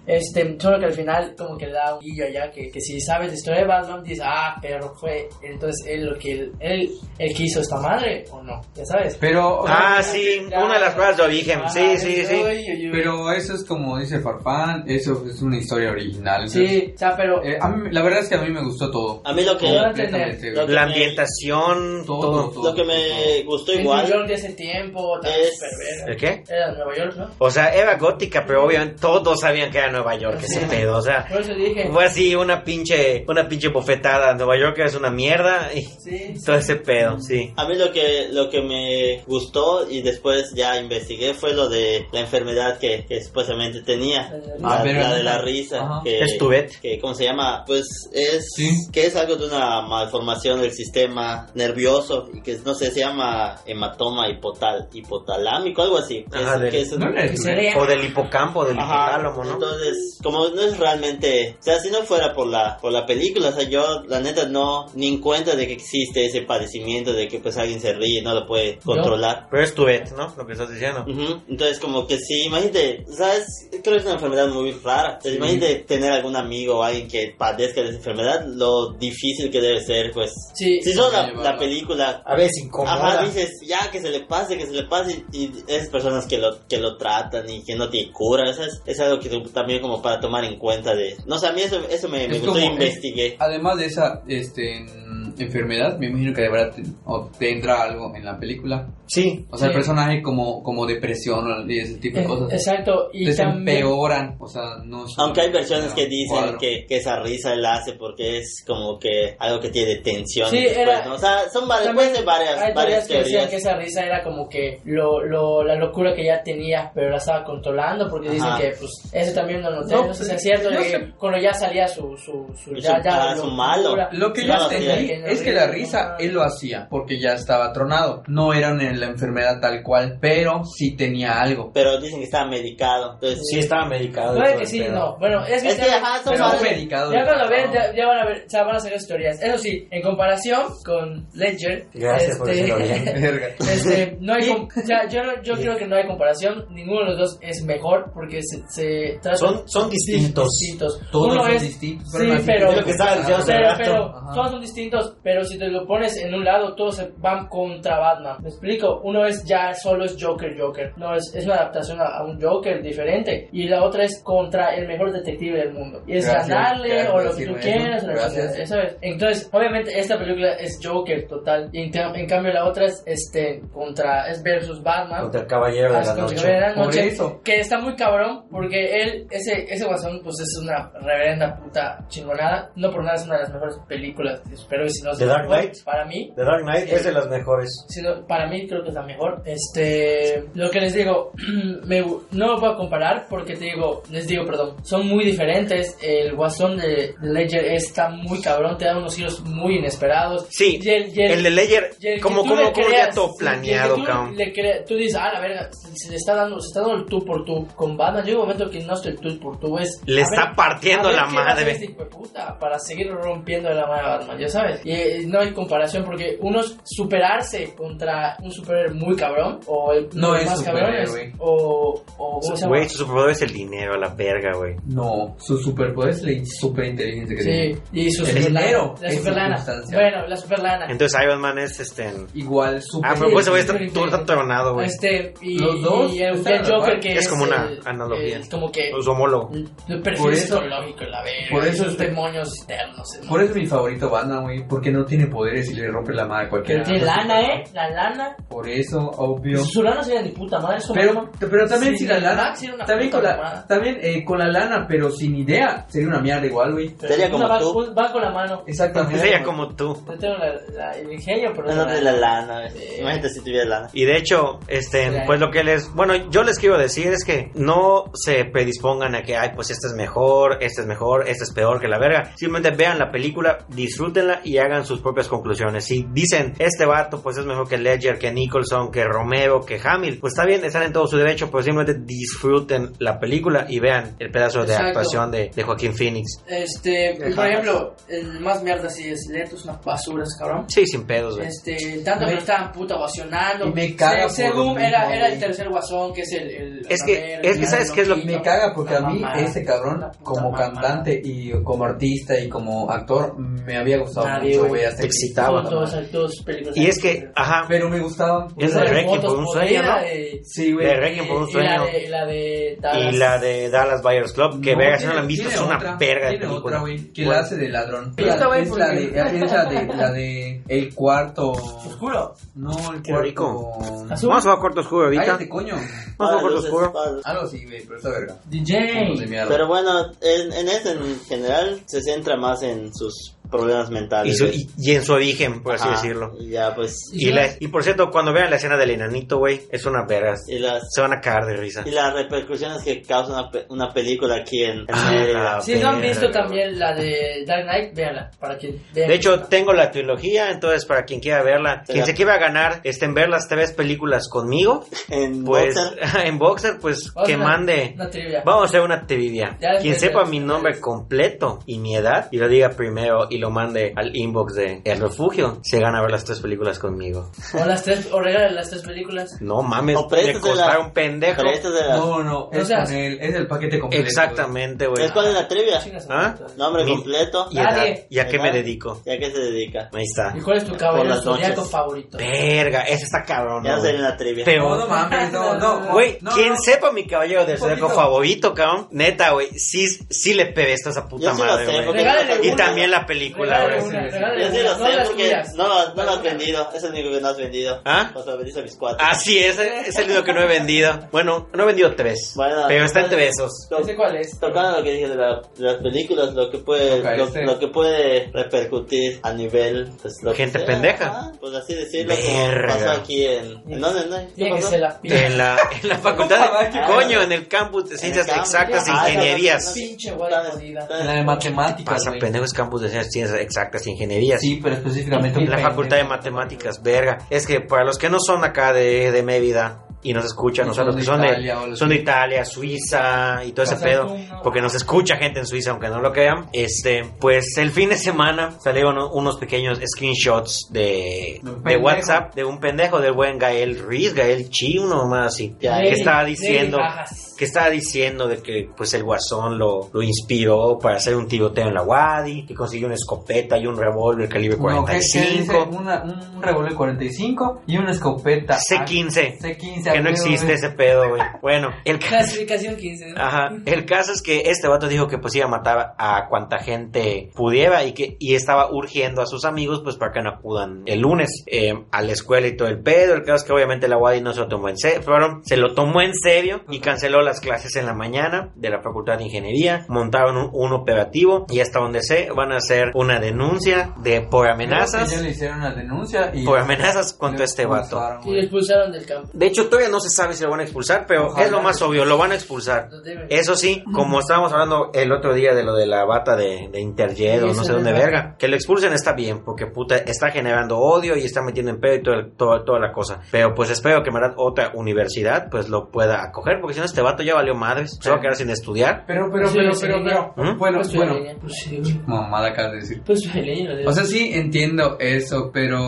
[SPEAKER 3] Este, solo que al final, como que le da un guillo allá, que, que si sabes la historia de Batman, dices, ah, pero fue, entonces él lo que, él, él, él que hizo esta madre, o no, ya sabes.
[SPEAKER 4] Pero, o sea,
[SPEAKER 5] Ah, sí, una de las pruebas de origen. Sí, sí, sí.
[SPEAKER 3] Pero,
[SPEAKER 4] pero eso es como dice Farfán, eso es una historia original.
[SPEAKER 3] sí, o sea, pero.
[SPEAKER 4] Eh, a mí- la verdad es que a mí me gustó todo.
[SPEAKER 6] A mí lo que,
[SPEAKER 3] Ahora-
[SPEAKER 4] Completamente.
[SPEAKER 6] Lo que
[SPEAKER 5] La
[SPEAKER 6] me-
[SPEAKER 5] ambientación,
[SPEAKER 4] Todo,
[SPEAKER 5] todo.
[SPEAKER 4] todo.
[SPEAKER 6] lo que me gustó
[SPEAKER 3] en New
[SPEAKER 6] igual,
[SPEAKER 3] York de ese tiempo, tan
[SPEAKER 6] Es-
[SPEAKER 3] superverga.
[SPEAKER 5] ¿El qué?
[SPEAKER 3] Era Nueva York, ¿no?
[SPEAKER 5] O sea, era gótica, pero obviamente todos sabían que era Nueva York,
[SPEAKER 3] Sí.
[SPEAKER 5] ese pedo. O sea,
[SPEAKER 3] Por eso dije.
[SPEAKER 5] Fue así una pinche, una pinche bofetada. Nueva York es una mierda y *laughs*
[SPEAKER 3] Sí, sí.
[SPEAKER 5] todo ese pedo, sí.
[SPEAKER 6] a mí lo que, lo que me gustó y después ya investigué fue lo de la enfermedad que, que supuestamente tenía.
[SPEAKER 4] Ah,
[SPEAKER 6] La,
[SPEAKER 4] pero-
[SPEAKER 6] la de la risa.
[SPEAKER 4] Ajá.
[SPEAKER 6] Que,
[SPEAKER 5] Es Tourette.
[SPEAKER 6] que, ¿Cómo se llama? Pues es
[SPEAKER 4] Sí.
[SPEAKER 6] que es algo de una malformación del sistema nervioso y que no sé, se llama hematoma hipotal, hipotalámico, algo así. Que
[SPEAKER 5] Ajá,
[SPEAKER 6] es-
[SPEAKER 5] de-
[SPEAKER 6] que es un-
[SPEAKER 4] No era
[SPEAKER 3] Que
[SPEAKER 4] tú,
[SPEAKER 3] se
[SPEAKER 4] ¿eh?
[SPEAKER 3] vea.
[SPEAKER 5] O del hipocampo, del
[SPEAKER 6] Ajá,
[SPEAKER 5] hipotálamo, ¿no?
[SPEAKER 6] Entonces, como no es realmente, o sea, si no fuera por la por la película, o sea, yo la neta no ni en cuenta de que existe ese padecimiento de que pues alguien se ríe y no lo puede controlar.
[SPEAKER 5] Pero es Tourette, ¿no? Lo que estás diciendo.
[SPEAKER 6] Ujú, Entonces, como que sí, imagínate, ¿sabes? Creo que es una enfermedad muy rara. Entonces, Imagínate tener algún amigo o alguien que padezca de esa enfermedad, lo difícil que debe ser, pues.
[SPEAKER 3] Sí.
[SPEAKER 6] Si solo la,
[SPEAKER 4] llevarla.
[SPEAKER 6] la película
[SPEAKER 5] A veces incomoda.
[SPEAKER 6] Ajá, dices, ya que se le pase, que se le pase. Y esas personas que lo, que lo tratan y que no tiene cura, eso es, es algo que tú también como para tomar en cuenta de... No sé, a mí eso, eso me, me
[SPEAKER 4] Es
[SPEAKER 6] gustó
[SPEAKER 4] como-
[SPEAKER 6] y investigué.
[SPEAKER 4] Además de esa este, mm, enfermedad, me imagino que de verdad te- o tendrá algo en la película.
[SPEAKER 5] Sí. Eh,
[SPEAKER 4] O sea, el
[SPEAKER 3] Sí.
[SPEAKER 4] personaje como, como depresión o- y ese tipo de cosas.
[SPEAKER 3] Exacto. Y
[SPEAKER 4] Entonces
[SPEAKER 3] también.
[SPEAKER 4] empeoran, o sea, no es una
[SPEAKER 6] Aunque hay versiones que
[SPEAKER 4] enfermedad,
[SPEAKER 6] dicen
[SPEAKER 4] cuadro.
[SPEAKER 6] que, que esa risa la hace porque es como que algo que tiene tensión.
[SPEAKER 3] Sí,
[SPEAKER 6] después,
[SPEAKER 3] era-
[SPEAKER 6] ¿no? O sea, son varias,
[SPEAKER 3] También
[SPEAKER 6] pueden ser varias,
[SPEAKER 3] Hay teorías
[SPEAKER 6] varias
[SPEAKER 3] que decían
[SPEAKER 6] teorías.
[SPEAKER 3] que esa risa era como que lo, lo, la locura que ya tenía, pero la estaba controlando, porque dicen
[SPEAKER 6] Ajá.
[SPEAKER 3] que pues eso también no lo noté,
[SPEAKER 4] No,
[SPEAKER 3] no, sé si es cierto,
[SPEAKER 4] yo
[SPEAKER 3] de
[SPEAKER 4] sé-
[SPEAKER 3] que cuando ya salía su, su, su,
[SPEAKER 6] Su-
[SPEAKER 3] ya, ya
[SPEAKER 6] ah, su
[SPEAKER 3] locura.
[SPEAKER 6] malo.
[SPEAKER 4] Lo que
[SPEAKER 6] Sí,
[SPEAKER 4] yo
[SPEAKER 6] no,
[SPEAKER 4] entendí
[SPEAKER 6] sí,
[SPEAKER 4] es que la risa él lo hacía porque ya estaba tronado. No era en la enfermedad tal cual, pero sí tenía algo.
[SPEAKER 6] Pero dicen que está medicado. Entonces,
[SPEAKER 5] Sí, estaba medicado. y
[SPEAKER 3] Puede
[SPEAKER 5] todo
[SPEAKER 3] que
[SPEAKER 5] el
[SPEAKER 3] sí,
[SPEAKER 5] pedo.
[SPEAKER 3] no. Bueno, es que,
[SPEAKER 6] Es que,
[SPEAKER 3] ya-
[SPEAKER 6] ajá, son
[SPEAKER 3] pero-
[SPEAKER 6] varios
[SPEAKER 4] medicados.
[SPEAKER 3] Ya cuando ven,
[SPEAKER 4] No.
[SPEAKER 3] ya, ya van a ver, o sea, van a salir sus teorías. Eso sí, en comparación con Ledger,
[SPEAKER 5] Gracias por
[SPEAKER 3] este,
[SPEAKER 5] decirlo bien.
[SPEAKER 4] *laughs* Verga.
[SPEAKER 3] *laughs* Este, no hay com- o sea, yo, no- yo creo que no hay comparación. Ninguno de los dos es mejor porque se, se tratan-
[SPEAKER 5] Son- son distintos.
[SPEAKER 3] distintos.
[SPEAKER 4] Todos
[SPEAKER 3] Uno
[SPEAKER 4] son
[SPEAKER 3] es,
[SPEAKER 4] distintos,
[SPEAKER 3] sí,
[SPEAKER 4] pero no
[SPEAKER 3] pero,
[SPEAKER 4] es lo
[SPEAKER 5] que estaba diciendo hace
[SPEAKER 3] pero,
[SPEAKER 5] rato.
[SPEAKER 3] pero
[SPEAKER 4] Ajá.
[SPEAKER 3] todos son distintos. Pero si te lo pones en un lado, todos se van contra Batman. Me explico. Uno es ya solo es Joker, Joker. No es, es una adaptación a, a un Joker diferente. Y la otra es contra el mejor detective del mundo. Y es
[SPEAKER 4] Gracias,
[SPEAKER 3] ganarle
[SPEAKER 4] gracias
[SPEAKER 3] o
[SPEAKER 4] por
[SPEAKER 3] lo que tú
[SPEAKER 4] decirme eso.
[SPEAKER 3] quieras. la
[SPEAKER 4] Gracias.
[SPEAKER 3] chingada. Eso es. Entonces, obviamente esta película es Joker total. Y en, ca- en cambio la otra es este contra es versus Batman.
[SPEAKER 5] Contra el caballero de
[SPEAKER 3] Ah,
[SPEAKER 5] la
[SPEAKER 3] contra
[SPEAKER 5] noche.
[SPEAKER 3] Caballero de la
[SPEAKER 4] Por
[SPEAKER 3] Noche,
[SPEAKER 4] eso.
[SPEAKER 3] Que está muy cabrón porque él, ese, ese guasón, pues es una reverenda puta chingonada. No por nada es una de las mejores películas. Espero que si no es
[SPEAKER 5] The
[SPEAKER 3] la
[SPEAKER 5] Dark
[SPEAKER 3] mejor,
[SPEAKER 5] Knight.
[SPEAKER 3] Para mí,
[SPEAKER 5] The Dark Knight es de las mejores.
[SPEAKER 3] sino para mí creo que es la mejor. Este, lo que les digo, *clears throat* me gu- no lo puedo comparar porque te digo, les digo, perdón, son muy diferentes. El guasón de, de Ledger está muy cabrón, te da unos giros muy inesperados.
[SPEAKER 5] Sí,
[SPEAKER 3] Y el- y el-
[SPEAKER 5] el de Ledger,
[SPEAKER 3] y el que
[SPEAKER 5] como,
[SPEAKER 3] tú
[SPEAKER 5] como,
[SPEAKER 3] le
[SPEAKER 5] como ya
[SPEAKER 3] creas,
[SPEAKER 5] todo
[SPEAKER 3] sí,
[SPEAKER 5] planeado,
[SPEAKER 3] y el que tú
[SPEAKER 5] cabrón.
[SPEAKER 3] le crea- tú dices, ah, la verga, se se le está dando, se está dando el tú por tú con Batman. Llega un momento que no es el tú por tú, es.
[SPEAKER 5] Le
[SPEAKER 3] a
[SPEAKER 5] está partiendo
[SPEAKER 3] a ver
[SPEAKER 5] la
[SPEAKER 3] qué va a hacer
[SPEAKER 5] madre.
[SPEAKER 3] este hijo de puta para seguir rompiendo la madre a Batman, ya sabes. Y eh, no hay comparación porque uno es superarse contra un superhéroe muy cabrón o el
[SPEAKER 4] No
[SPEAKER 3] el
[SPEAKER 4] es
[SPEAKER 3] más cabrón
[SPEAKER 4] superhéroe,
[SPEAKER 3] es-
[SPEAKER 4] güey.
[SPEAKER 3] o, o ¿cómo se llama?
[SPEAKER 5] Güey, su superpoder es el dinero, la verga, güey.
[SPEAKER 4] No, su superpoder es la superinteligencia que
[SPEAKER 3] Sí,
[SPEAKER 4] tiene.
[SPEAKER 3] y su
[SPEAKER 4] El
[SPEAKER 3] superlana,
[SPEAKER 4] dinero
[SPEAKER 3] La
[SPEAKER 4] es
[SPEAKER 3] superlana.
[SPEAKER 4] circunstancial.
[SPEAKER 3] Bueno, la superlana.
[SPEAKER 5] Entonces Iron Man es este. en-
[SPEAKER 4] Igual super.
[SPEAKER 5] Ah, pero pues voy a estar
[SPEAKER 3] sí, sí,
[SPEAKER 5] todo
[SPEAKER 3] sí.
[SPEAKER 5] está tronado, güey.
[SPEAKER 3] Este, y,
[SPEAKER 4] Los dos
[SPEAKER 3] y el,
[SPEAKER 4] están
[SPEAKER 3] el Joker
[SPEAKER 4] igual.
[SPEAKER 3] que
[SPEAKER 5] Es como una
[SPEAKER 3] el-
[SPEAKER 5] analogía.
[SPEAKER 3] el- como que
[SPEAKER 5] Su homólogo.
[SPEAKER 3] el
[SPEAKER 4] Por
[SPEAKER 3] perfil
[SPEAKER 4] eso-
[SPEAKER 3] psicológico, la verga.
[SPEAKER 4] por eso
[SPEAKER 3] esos
[SPEAKER 4] este-
[SPEAKER 3] demonios ¿eh? externos. ¿no?
[SPEAKER 4] Por eso mi favorito Batman, güey, porque no tiene poderes y le rompe la madre a cualquiera.
[SPEAKER 3] Pero tiene lana, ¿eh? La lana.
[SPEAKER 4] Por eso, obvio.
[SPEAKER 3] Su lana sería ni puta madre. Su
[SPEAKER 4] Pero, pero también
[SPEAKER 3] Sí,
[SPEAKER 4] sin la lana,
[SPEAKER 3] Max era una
[SPEAKER 4] también
[SPEAKER 3] puta
[SPEAKER 4] con la,
[SPEAKER 3] mamada.
[SPEAKER 4] también eh, con la lana, pero sin idea, sería una mierda igual, güey.
[SPEAKER 6] Sería como
[SPEAKER 3] va,
[SPEAKER 6] tú.
[SPEAKER 3] va con la mano.
[SPEAKER 4] Exactamente.
[SPEAKER 5] Pues Sería como tú.
[SPEAKER 3] No tengo la, la- el ingenio, pero.
[SPEAKER 6] no de la lana.
[SPEAKER 3] Sí.
[SPEAKER 6] Imagínate si tuviera lana.
[SPEAKER 5] Y de hecho, este,
[SPEAKER 3] Claro.
[SPEAKER 5] pues lo que les, bueno, yo les quiero decir es que no se predispongan a que, ay, pues esta es mejor, esta es mejor, esta es peor que la verga. Simplemente vean la película, disfrútenla y hagan sus propias conclusiones. Si dicen, este vato, pues es mejor que Ledger, que Nicholson, que Romero, que Hamill, pues está bien, están en todo su derecho, pero simplemente disfruten la película y vean el pedazo de
[SPEAKER 3] Exacto.
[SPEAKER 5] actuación de, de Joaquín Phoenix.
[SPEAKER 3] Este,
[SPEAKER 5] Ajá.
[SPEAKER 3] por ejemplo, el más mierda si es Leto, es una basura ese cabrón.
[SPEAKER 5] Sí, sin pedos, güey.
[SPEAKER 3] Este, tanto
[SPEAKER 4] Me-
[SPEAKER 3] que lo estaban puta ovacionando.
[SPEAKER 4] Y me caga por
[SPEAKER 3] Se- Según
[SPEAKER 4] lo
[SPEAKER 3] era,
[SPEAKER 4] mismo,
[SPEAKER 3] era el
[SPEAKER 4] güey.
[SPEAKER 3] tercer guasón, que es el. el
[SPEAKER 5] Es que-
[SPEAKER 3] Ramel,
[SPEAKER 5] es que
[SPEAKER 3] el
[SPEAKER 5] ¿sabes qué es lo-
[SPEAKER 3] loquito.
[SPEAKER 4] Me caga porque a
[SPEAKER 3] Una
[SPEAKER 4] mí
[SPEAKER 3] mamada.
[SPEAKER 4] ese cabrón,
[SPEAKER 3] Una puta
[SPEAKER 4] como
[SPEAKER 3] mamada.
[SPEAKER 4] cantante y como artista y como actor, me había gustado
[SPEAKER 3] Nadie,
[SPEAKER 4] mucho,
[SPEAKER 3] güey.
[SPEAKER 4] güey. hasta
[SPEAKER 5] Te
[SPEAKER 4] que-
[SPEAKER 5] excitaba.
[SPEAKER 3] Son dos- son dos películas.
[SPEAKER 5] Y es que, ajá,
[SPEAKER 4] Pero me gustaba.
[SPEAKER 5] Es
[SPEAKER 3] Esa
[SPEAKER 5] de
[SPEAKER 3] de
[SPEAKER 5] Requiem por
[SPEAKER 3] Fotos
[SPEAKER 5] un sueño,
[SPEAKER 3] Podrida
[SPEAKER 5] ¿no?
[SPEAKER 3] de-
[SPEAKER 4] Sí, güey.
[SPEAKER 5] De Requiem por un
[SPEAKER 3] y la
[SPEAKER 5] sueño.
[SPEAKER 3] de- y la de
[SPEAKER 5] Y
[SPEAKER 3] Dallas.
[SPEAKER 5] la de Dallas Buyers Club, que
[SPEAKER 4] No,
[SPEAKER 5] verga, si
[SPEAKER 4] tiene-
[SPEAKER 5] no la han visto,
[SPEAKER 4] tiene
[SPEAKER 5] es una
[SPEAKER 4] otra,
[SPEAKER 5] verga de
[SPEAKER 4] tiene otra,
[SPEAKER 5] película.
[SPEAKER 4] güey, que
[SPEAKER 5] Bueno.
[SPEAKER 4] la hace de ladrón.
[SPEAKER 3] Pero esta, güey,
[SPEAKER 4] es la de,
[SPEAKER 3] porque-
[SPEAKER 4] es la de, la de
[SPEAKER 5] *laughs*
[SPEAKER 4] el cuarto.
[SPEAKER 3] Oscuro.
[SPEAKER 4] No, el
[SPEAKER 5] Qué
[SPEAKER 4] cuarto.
[SPEAKER 5] rico.
[SPEAKER 3] Azul.
[SPEAKER 5] Vamos a jugar corto oscuro ahorita.
[SPEAKER 4] Cállate, coño.
[SPEAKER 5] Vamos a jugar
[SPEAKER 6] Para
[SPEAKER 5] corto
[SPEAKER 6] luces,
[SPEAKER 5] oscuro.
[SPEAKER 6] para luces.
[SPEAKER 4] Algo así, Ah, güey, pero esta verga.
[SPEAKER 3] DJ.
[SPEAKER 4] De mierda.
[SPEAKER 6] Pero bueno, en, en este en general se centra más en sus problemas mentales.
[SPEAKER 5] Y, su-
[SPEAKER 6] güey.
[SPEAKER 5] y- y en su origen, por así
[SPEAKER 6] Ajá,
[SPEAKER 5] decirlo.
[SPEAKER 6] y Ya, pues.
[SPEAKER 5] Y, la- y por cierto, cuando vean la escena del enanito, güey, es una vergas.
[SPEAKER 6] Y las,
[SPEAKER 5] Se van a cagar de risa.
[SPEAKER 6] y las repercusiones que causa una, pe- una película aquí en, en
[SPEAKER 5] Ah,
[SPEAKER 6] Mérida.
[SPEAKER 5] la
[SPEAKER 3] Si no han
[SPEAKER 5] verga,
[SPEAKER 3] visto
[SPEAKER 5] güey.
[SPEAKER 3] también la de Dark Knight, véanla. Para que vean
[SPEAKER 5] De
[SPEAKER 3] que-
[SPEAKER 5] hecho, tengo la trilogía, entonces para quien quiera verla,
[SPEAKER 6] Te
[SPEAKER 5] quien
[SPEAKER 6] la-
[SPEAKER 5] se quiera ganar, este, en ver las tres películas conmigo,
[SPEAKER 6] En
[SPEAKER 5] pues
[SPEAKER 6] Boxer,
[SPEAKER 5] *laughs* en Boxer, pues
[SPEAKER 3] Vamos a
[SPEAKER 5] que
[SPEAKER 3] hacer
[SPEAKER 5] mande.
[SPEAKER 3] Una trivia.
[SPEAKER 5] Vamos a hacer una trivia.
[SPEAKER 3] Ya
[SPEAKER 5] Quien
[SPEAKER 3] después
[SPEAKER 5] sepa
[SPEAKER 3] de-
[SPEAKER 5] mi nombre completo y mi edad y lo diga primero y lo mande al inbox de El Refugio, se gana a ver las tres películas conmigo.
[SPEAKER 3] O las tres, o regalan las tres películas.
[SPEAKER 5] No mames,
[SPEAKER 6] O
[SPEAKER 5] le
[SPEAKER 6] préstase la-
[SPEAKER 5] costaron un pendejo.
[SPEAKER 6] pero estas de las-
[SPEAKER 4] No, no, es,
[SPEAKER 3] O sea,
[SPEAKER 4] con el, es el paquete completo.
[SPEAKER 5] Exactamente, güey.
[SPEAKER 6] ¿Sabes cuál es la trivia?
[SPEAKER 3] Chingas a
[SPEAKER 5] ¿Ah?
[SPEAKER 3] madre.
[SPEAKER 6] Nombre
[SPEAKER 5] pues. Mi-
[SPEAKER 6] completo.
[SPEAKER 5] ¿Y, edad?
[SPEAKER 3] Dale.
[SPEAKER 5] ¿Y a qué me
[SPEAKER 6] Edad.
[SPEAKER 5] dedico?
[SPEAKER 6] ¿Y a qué se dedica?
[SPEAKER 5] Ahí está.
[SPEAKER 3] ¿Y cuál es tu
[SPEAKER 6] Por
[SPEAKER 3] caballero
[SPEAKER 6] las noches.
[SPEAKER 3] zodiaco favorito?
[SPEAKER 5] Verga, esa está cabrón.
[SPEAKER 6] Ya sería la trivia.
[SPEAKER 4] No, no mames, no,
[SPEAKER 3] *laughs*
[SPEAKER 4] no.
[SPEAKER 5] Güey,
[SPEAKER 4] no,
[SPEAKER 5] quien
[SPEAKER 4] no.
[SPEAKER 5] sepa mi caballero del
[SPEAKER 4] Un
[SPEAKER 5] zodiaco
[SPEAKER 4] poquito.
[SPEAKER 5] favorito, cabrón. Neta, güey, sí, sí le pebesta a esa puta
[SPEAKER 6] Yo sí lo
[SPEAKER 5] madre,
[SPEAKER 6] sé,
[SPEAKER 5] güey.
[SPEAKER 6] porque-
[SPEAKER 3] Regálale
[SPEAKER 5] Y
[SPEAKER 3] una.
[SPEAKER 5] también la película,
[SPEAKER 3] Regálale
[SPEAKER 5] güey.
[SPEAKER 3] una,
[SPEAKER 4] sí, sí.
[SPEAKER 3] regálale
[SPEAKER 6] Yo sí
[SPEAKER 3] una,
[SPEAKER 6] lo
[SPEAKER 3] no
[SPEAKER 6] sé
[SPEAKER 3] las
[SPEAKER 6] porque
[SPEAKER 3] tuyas.
[SPEAKER 6] no, lo- no lo has vendido. Es el único que no has vendido.
[SPEAKER 5] ¿Ah?
[SPEAKER 6] O sea, vendiste a mis cuatro.
[SPEAKER 5] Así es, es el único que no he vendido. Bueno, no he vendido tres,
[SPEAKER 6] Bueno,
[SPEAKER 5] pero está
[SPEAKER 6] vale.
[SPEAKER 5] entre esos.
[SPEAKER 6] To-
[SPEAKER 3] No sé cuál es.
[SPEAKER 6] Tocando lo que dije de, la- de las películas, lo que puede
[SPEAKER 4] Ok,
[SPEAKER 6] lo,
[SPEAKER 4] este.
[SPEAKER 6] lo que puede repercutir a nivel pues, lo que
[SPEAKER 5] Gente
[SPEAKER 6] sea,
[SPEAKER 5] pendeja.
[SPEAKER 6] ajá, pues así decirlo como
[SPEAKER 5] Verga.
[SPEAKER 6] pasó aquí en ¿en dónde no? ¿Qué
[SPEAKER 3] Tiene que
[SPEAKER 6] pasó?
[SPEAKER 3] ser la
[SPEAKER 5] En
[SPEAKER 3] pinche.
[SPEAKER 5] la, en la
[SPEAKER 4] *laughs*
[SPEAKER 5] facultad, de, coño, en el campus de ciencias
[SPEAKER 6] En el campus.
[SPEAKER 5] exactas e
[SPEAKER 6] Ah,
[SPEAKER 5] ingenierías.
[SPEAKER 3] Pinche guay jodida.
[SPEAKER 6] Está-
[SPEAKER 4] La de matemáticas.
[SPEAKER 5] Pasa
[SPEAKER 4] güey.
[SPEAKER 5] pendejos campus de ciencias exactas e ingenierías.
[SPEAKER 4] Sí, pero específicamente.
[SPEAKER 5] En la facultad de matemáticas, verga. Es que para los que no son acá de, de Mérida y nos escuchan,
[SPEAKER 4] Y
[SPEAKER 5] o sea,
[SPEAKER 4] son
[SPEAKER 5] los que
[SPEAKER 4] de
[SPEAKER 5] son
[SPEAKER 4] Italia o
[SPEAKER 5] de,
[SPEAKER 4] los
[SPEAKER 5] son de
[SPEAKER 4] que-
[SPEAKER 5] Italia, Suiza y todo ese
[SPEAKER 3] Pasa
[SPEAKER 5] pedo,
[SPEAKER 3] tú, ¿no?
[SPEAKER 5] porque nos escucha gente en Suiza, aunque no lo crean, este, pues el fin de semana salieron unos pequeños screenshots de,
[SPEAKER 4] De un
[SPEAKER 5] de
[SPEAKER 4] pendejo.
[SPEAKER 5] WhatsApp de un pendejo del buen Gael Ruiz, Gael Chi, uno más así,
[SPEAKER 6] Ya,
[SPEAKER 5] que
[SPEAKER 6] Gael-
[SPEAKER 5] estaba diciendo,
[SPEAKER 3] Nelly Bajas.
[SPEAKER 5] que estaba diciendo de que pues el guasón lo, lo inspiró para hacer un tiroteo en la Wadi, que consiguió una escopeta y un revólver calibre
[SPEAKER 4] No, ¿qué- qué dice?
[SPEAKER 5] 45.
[SPEAKER 4] Una- un revólver 45 y una escopeta. Ah,
[SPEAKER 5] C15.
[SPEAKER 4] C15.
[SPEAKER 5] Que no existe ese pedo, güey. Bueno, el caso,
[SPEAKER 3] Clasificación 15.
[SPEAKER 4] Ah,
[SPEAKER 3] ¿no?
[SPEAKER 5] ajá, el caso es que este vato dijo que pues iba a matar a cuanta gente pudiera y que y estaba urgiendo a sus amigos pues para que no acudan el lunes eh, a la escuela y todo el pedo. El caso es que obviamente la Wadi no se lo tomó en serio, fueron, se lo tomó en serio y canceló las clases en la mañana de la Facultad de Ingeniería, montaron un, un operativo y hasta donde sé van a hacer una denuncia de por
[SPEAKER 4] Ya
[SPEAKER 5] amenazas,
[SPEAKER 4] le hicieron una denuncia y.
[SPEAKER 5] por amenazas contra
[SPEAKER 4] le
[SPEAKER 5] este vato.
[SPEAKER 4] expulsaron,
[SPEAKER 3] Y lo
[SPEAKER 4] güey.
[SPEAKER 3] expulsaron del campo.
[SPEAKER 5] De hecho, todavía no se sabe si lo van a expulsar, pero
[SPEAKER 4] Ojalá.
[SPEAKER 5] es lo más obvio, lo van a expulsar.
[SPEAKER 3] Lo deben.
[SPEAKER 4] Eh,
[SPEAKER 5] Eso sí, como estábamos hablando el otro día de lo de la bata de, de Interjet
[SPEAKER 3] Sí,
[SPEAKER 5] o no
[SPEAKER 3] eso
[SPEAKER 5] sé
[SPEAKER 3] es
[SPEAKER 5] dónde
[SPEAKER 3] verdad.
[SPEAKER 5] verga, que lo expulsen está bien, porque puta, está generando odio y está metiendo en pedo y todo el- todo- toda la cosa. Pero pues espero que en verdad otra universidad pues lo pueda acoger, porque si no este vato ya valió madres, se va a quedar sin estudiar.
[SPEAKER 4] Pero, pero,
[SPEAKER 3] Sí,
[SPEAKER 4] pero,
[SPEAKER 3] sí,
[SPEAKER 4] pero, pero.
[SPEAKER 5] ¿Mm?
[SPEAKER 4] Bueno,
[SPEAKER 3] Pues
[SPEAKER 4] bueno.
[SPEAKER 3] leña, Pues sí, güey.
[SPEAKER 4] Mamada acabas de decir.
[SPEAKER 3] Pues leña, lo deben.
[SPEAKER 4] O sea, sí entiendo eso, pero.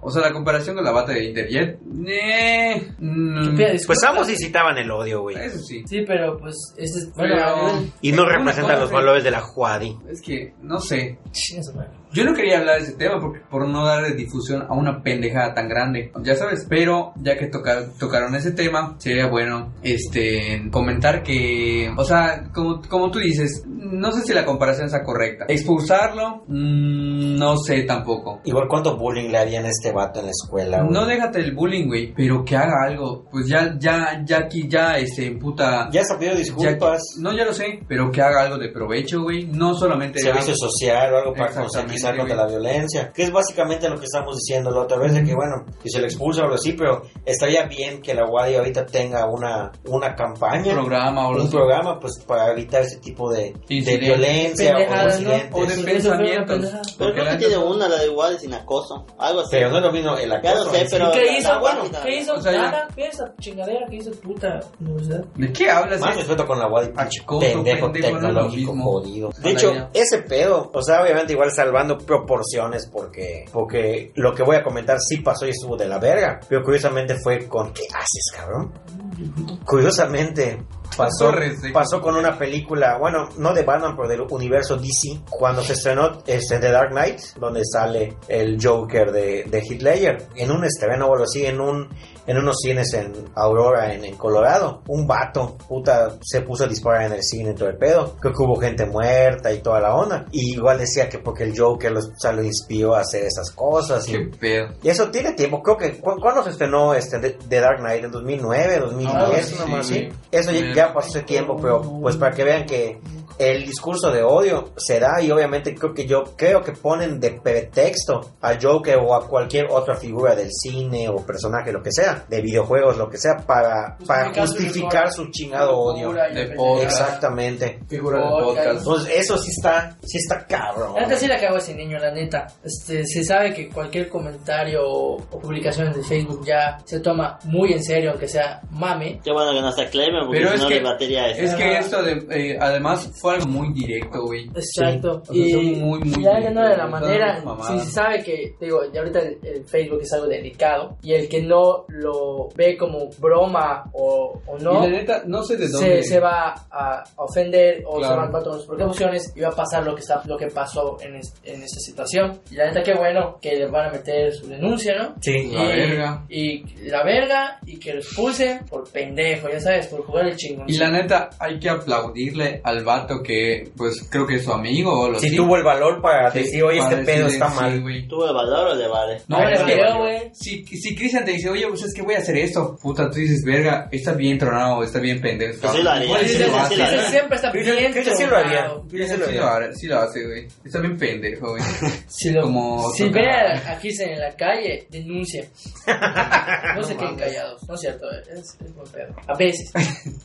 [SPEAKER 4] O sea, la comparación con la bata de Interjet. Eh, mm,
[SPEAKER 3] Pida disculpas.
[SPEAKER 5] Pues ambos incitaban el odio, güey.
[SPEAKER 4] eso sí.
[SPEAKER 3] Sí, pero pues. Este es. Bueno, a
[SPEAKER 4] Pero.
[SPEAKER 3] nivel-
[SPEAKER 5] Y no
[SPEAKER 4] Una
[SPEAKER 5] representan
[SPEAKER 4] cosa
[SPEAKER 5] los
[SPEAKER 4] es-
[SPEAKER 5] valores de la Juadi.
[SPEAKER 4] Es que, no sé.
[SPEAKER 3] Chinga su madre.
[SPEAKER 4] Yo no quería hablar de ese tema porque, por no darle difusión a una pendejada tan grande, ya sabes. Pero ya que toca- tocaron ese tema, sería bueno este comentar que, o sea, como, como tú dices, no sé si la comparación está correcta. Expulsarlo, mm, no sé tampoco.
[SPEAKER 5] Igual cuánto bullying le harían a este vato en la escuela, güey?
[SPEAKER 4] No déjate el bullying, güey, pero que haga algo. Pues ya, ya, ya aquí, ya, este, puta.
[SPEAKER 5] Ya se ha pedido
[SPEAKER 4] ya-
[SPEAKER 5] disculpas.
[SPEAKER 4] no, ya lo sé, pero que haga algo de provecho, güey. No solamente.
[SPEAKER 5] servicio social o algo para
[SPEAKER 4] Exactamente,
[SPEAKER 5] concientizar
[SPEAKER 4] güey.
[SPEAKER 5] contra la violencia, que es básicamente lo que estamos diciendo la otra vez, de que bueno, que se le expulsa o algo así, pero estaría bien que la Guardia ahorita tenga una, una
[SPEAKER 4] un
[SPEAKER 5] campaña,
[SPEAKER 4] programa o
[SPEAKER 5] un
[SPEAKER 4] los
[SPEAKER 5] programa, pues para evitar ese tipo de, de
[SPEAKER 4] Incidentes.
[SPEAKER 5] violencia o
[SPEAKER 3] Pendejadas, ¿no?
[SPEAKER 5] incidentes.
[SPEAKER 4] o de
[SPEAKER 3] Eso fue
[SPEAKER 4] pensamientos.
[SPEAKER 3] una pendejada.
[SPEAKER 6] Pero
[SPEAKER 4] Porque
[SPEAKER 6] creo que
[SPEAKER 4] la-
[SPEAKER 6] tiene una, la de igual sin acoso. Algo así.
[SPEAKER 5] Pero no es lo mismo el
[SPEAKER 6] Ya
[SPEAKER 5] acoso.
[SPEAKER 6] lo sé,
[SPEAKER 5] en sí.
[SPEAKER 6] pero.
[SPEAKER 3] ¿Qué
[SPEAKER 6] la- la
[SPEAKER 3] hizo? Bueno,
[SPEAKER 6] página-
[SPEAKER 3] ¿qué hizo?
[SPEAKER 4] O sea, ya-
[SPEAKER 3] Nada, ¿qué es esa chingadera? ¿Qué hizo puta universidad?
[SPEAKER 4] ¿De qué hablas?
[SPEAKER 5] Más
[SPEAKER 4] eh?
[SPEAKER 5] respeto con la Wadi,
[SPEAKER 4] Acoso,
[SPEAKER 5] pendejo
[SPEAKER 4] pendejo, no es lo
[SPEAKER 5] tecnológico
[SPEAKER 4] mismo.
[SPEAKER 5] jodido. De
[SPEAKER 4] Ojalá
[SPEAKER 5] hecho,
[SPEAKER 4] ya.
[SPEAKER 5] ese pedo, o sea, obviamente igual salvando proporciones porque porque lo que voy a comentar sí pasó y estuvo de la verga, pero curiosamente fue con ¿qué haces, cabrón? Curiosamente pasó
[SPEAKER 4] Torres, sí.
[SPEAKER 5] pasó con una película, bueno, no de Batman, pero del universo DC, cuando se estrenó este The Dark Knight, donde sale el Joker de de Heath Ledger en un estreno o algo así, en un en unos cines en Aurora, en, en Colorado. Un vato, puta, se puso a disparar en el cine y todo el pedo. Creo que hubo gente muerta y toda la onda. Y igual decía que porque el Joker lo, o sea, lo inspiró a hacer esas cosas.
[SPEAKER 4] Qué
[SPEAKER 5] Y,
[SPEAKER 4] pedo.
[SPEAKER 5] y eso tiene tiempo. Creo que, ¿cu- ¿cuándo se estrenó este The- The Dark Knight? ¿En 2009, 2010?
[SPEAKER 4] Ah,
[SPEAKER 5] nomás así?
[SPEAKER 4] sí.
[SPEAKER 5] Eso ya, ya pasó ese tiempo, pero pues para que vean que el discurso de odio se da y obviamente creo que yo creo que ponen de pretexto a Joker o a cualquier otra figura del cine o personaje, lo que sea, de videojuegos, lo que sea, para, para
[SPEAKER 3] Justificar su
[SPEAKER 5] justificar su chingado odio.
[SPEAKER 3] Locura y
[SPEAKER 4] de
[SPEAKER 3] pendeja.
[SPEAKER 4] odio.
[SPEAKER 5] Exactamente.
[SPEAKER 4] Figura del
[SPEAKER 3] Oye,
[SPEAKER 4] podcast.
[SPEAKER 5] Entonces, eso sí está, sí está cabrón.
[SPEAKER 3] La neta sí la cagó ese niño, la neta. Este, se sabe que cualquier comentario o o publicación de Facebook ya se toma muy en serio, aunque sea mame.
[SPEAKER 6] Qué bueno que no sea Claymore, porque
[SPEAKER 4] Pero
[SPEAKER 6] si
[SPEAKER 4] es
[SPEAKER 6] no
[SPEAKER 4] que-
[SPEAKER 6] le batería eso.
[SPEAKER 4] Es que esto, de- eh, además, fue algo muy directo, güey.
[SPEAKER 3] Exacto.
[SPEAKER 4] Sí. O sea,
[SPEAKER 3] y
[SPEAKER 4] son muy, muy
[SPEAKER 3] ya yendo de la
[SPEAKER 4] directos,
[SPEAKER 3] manera,
[SPEAKER 4] son mamadas.
[SPEAKER 3] si se sabe que, digo, ya ahorita el, el Facebook es algo delicado y el que no lo ve como broma o, o no.
[SPEAKER 4] Y la neta, no sé de dónde.
[SPEAKER 3] se, se va a a ofender o
[SPEAKER 4] Claro.
[SPEAKER 3] se van a tomar sus precauciones y va a pasar lo que está lo que pasó en, es- en esta situación y la neta qué bueno que le van a meter su denuncia no
[SPEAKER 5] Sí.
[SPEAKER 3] y,
[SPEAKER 4] La verga.
[SPEAKER 3] y la verga y que lo expulsen por pendejo ya sabes por jugar el chingón
[SPEAKER 4] Y la neta, hay que aplaudirle al vato que, pues, creo que es su amigo o lo
[SPEAKER 5] Si
[SPEAKER 4] sí.
[SPEAKER 5] tuvo el valor para
[SPEAKER 4] Sí,
[SPEAKER 5] decir, oye, este
[SPEAKER 4] para
[SPEAKER 5] pedo
[SPEAKER 4] decirle,
[SPEAKER 5] está
[SPEAKER 4] sí,
[SPEAKER 5] mal.
[SPEAKER 4] güey.
[SPEAKER 6] ¿Tuvo el valor o le vale?
[SPEAKER 4] No,
[SPEAKER 3] Ahora
[SPEAKER 4] es
[SPEAKER 3] el
[SPEAKER 4] que-
[SPEAKER 3] video, güey.
[SPEAKER 4] Si, si Cristian te dice, oye, pues es que voy a hacer esto, puta, tú dices, verga, está bien tronado, está bien pendejo.
[SPEAKER 6] Pues sí lo haría,
[SPEAKER 4] Igual
[SPEAKER 6] sí
[SPEAKER 4] sí
[SPEAKER 6] lo
[SPEAKER 4] lo
[SPEAKER 6] haría, sí
[SPEAKER 4] hace.
[SPEAKER 6] lo
[SPEAKER 3] Ese
[SPEAKER 6] haría.
[SPEAKER 3] siempre está
[SPEAKER 5] Yo- yo-
[SPEAKER 3] bien
[SPEAKER 5] yo sí lo haría.
[SPEAKER 3] tronado.
[SPEAKER 5] Yo sí
[SPEAKER 4] Sí
[SPEAKER 5] lo
[SPEAKER 4] lo
[SPEAKER 5] haría.
[SPEAKER 4] hace, sí lo hace, güey. Está bien pendejo,
[SPEAKER 6] *laughs*
[SPEAKER 4] güey.
[SPEAKER 3] si lo-
[SPEAKER 4] Como
[SPEAKER 3] si
[SPEAKER 4] tocar.
[SPEAKER 3] ve a a Kirsten en la calle
[SPEAKER 5] *laughs*
[SPEAKER 3] denuncia no se queden callados no es cierto es, es buen pedo a
[SPEAKER 5] *laughs*
[SPEAKER 3] veces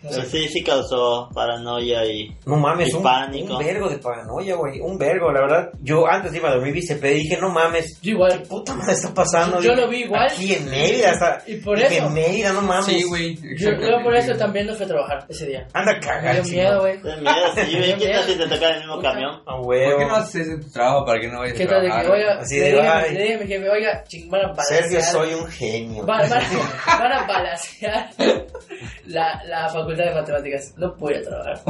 [SPEAKER 3] no sé.
[SPEAKER 6] Pero sí, sí causó paranoia y...
[SPEAKER 5] No mames, un,
[SPEAKER 6] Hispánico.
[SPEAKER 5] un vergo de paranoia, güey. Un vergo, la verdad. Yo antes de iba a dormir, vi ese pedo y dije, no mames.
[SPEAKER 3] yo igual
[SPEAKER 5] ¿Qué puta madre está pasando?
[SPEAKER 3] Yo
[SPEAKER 5] Dije,
[SPEAKER 3] lo vi igual.
[SPEAKER 5] Aquí en Mérida, hasta.
[SPEAKER 3] Y por
[SPEAKER 5] dije,
[SPEAKER 3] eso.
[SPEAKER 5] En Mérida, no mames.
[SPEAKER 4] Sí, güey.
[SPEAKER 3] Yo, yo por
[SPEAKER 4] exactamente,
[SPEAKER 3] eso
[SPEAKER 4] güey.
[SPEAKER 3] también no fui a trabajar ese día.
[SPEAKER 5] Anda
[SPEAKER 3] Me
[SPEAKER 5] cagado.
[SPEAKER 3] dio miedo, güey.
[SPEAKER 6] Ten miedo,
[SPEAKER 3] *laughs*
[SPEAKER 6] sí,
[SPEAKER 3] Me dio
[SPEAKER 6] güey, ¿qué tal
[SPEAKER 3] miedo.
[SPEAKER 6] si te toca el mismo camión?
[SPEAKER 5] A
[SPEAKER 4] ¿Por qué
[SPEAKER 5] huevo.
[SPEAKER 4] no haces en tu trabajo para que no vayas
[SPEAKER 3] ¿Qué
[SPEAKER 4] a
[SPEAKER 3] tal de
[SPEAKER 4] trabajar?
[SPEAKER 3] que, oiga,
[SPEAKER 5] Así
[SPEAKER 3] le
[SPEAKER 5] de,
[SPEAKER 3] dije a
[SPEAKER 5] ay.
[SPEAKER 3] mi- le dije a mi jefe, oiga, ching, van a balasear.
[SPEAKER 5] Sergio, soy un genio.
[SPEAKER 3] Va- Van, a, *laughs* van a balasear *laughs* la, la facultad de matemáticas. No pude trabajar.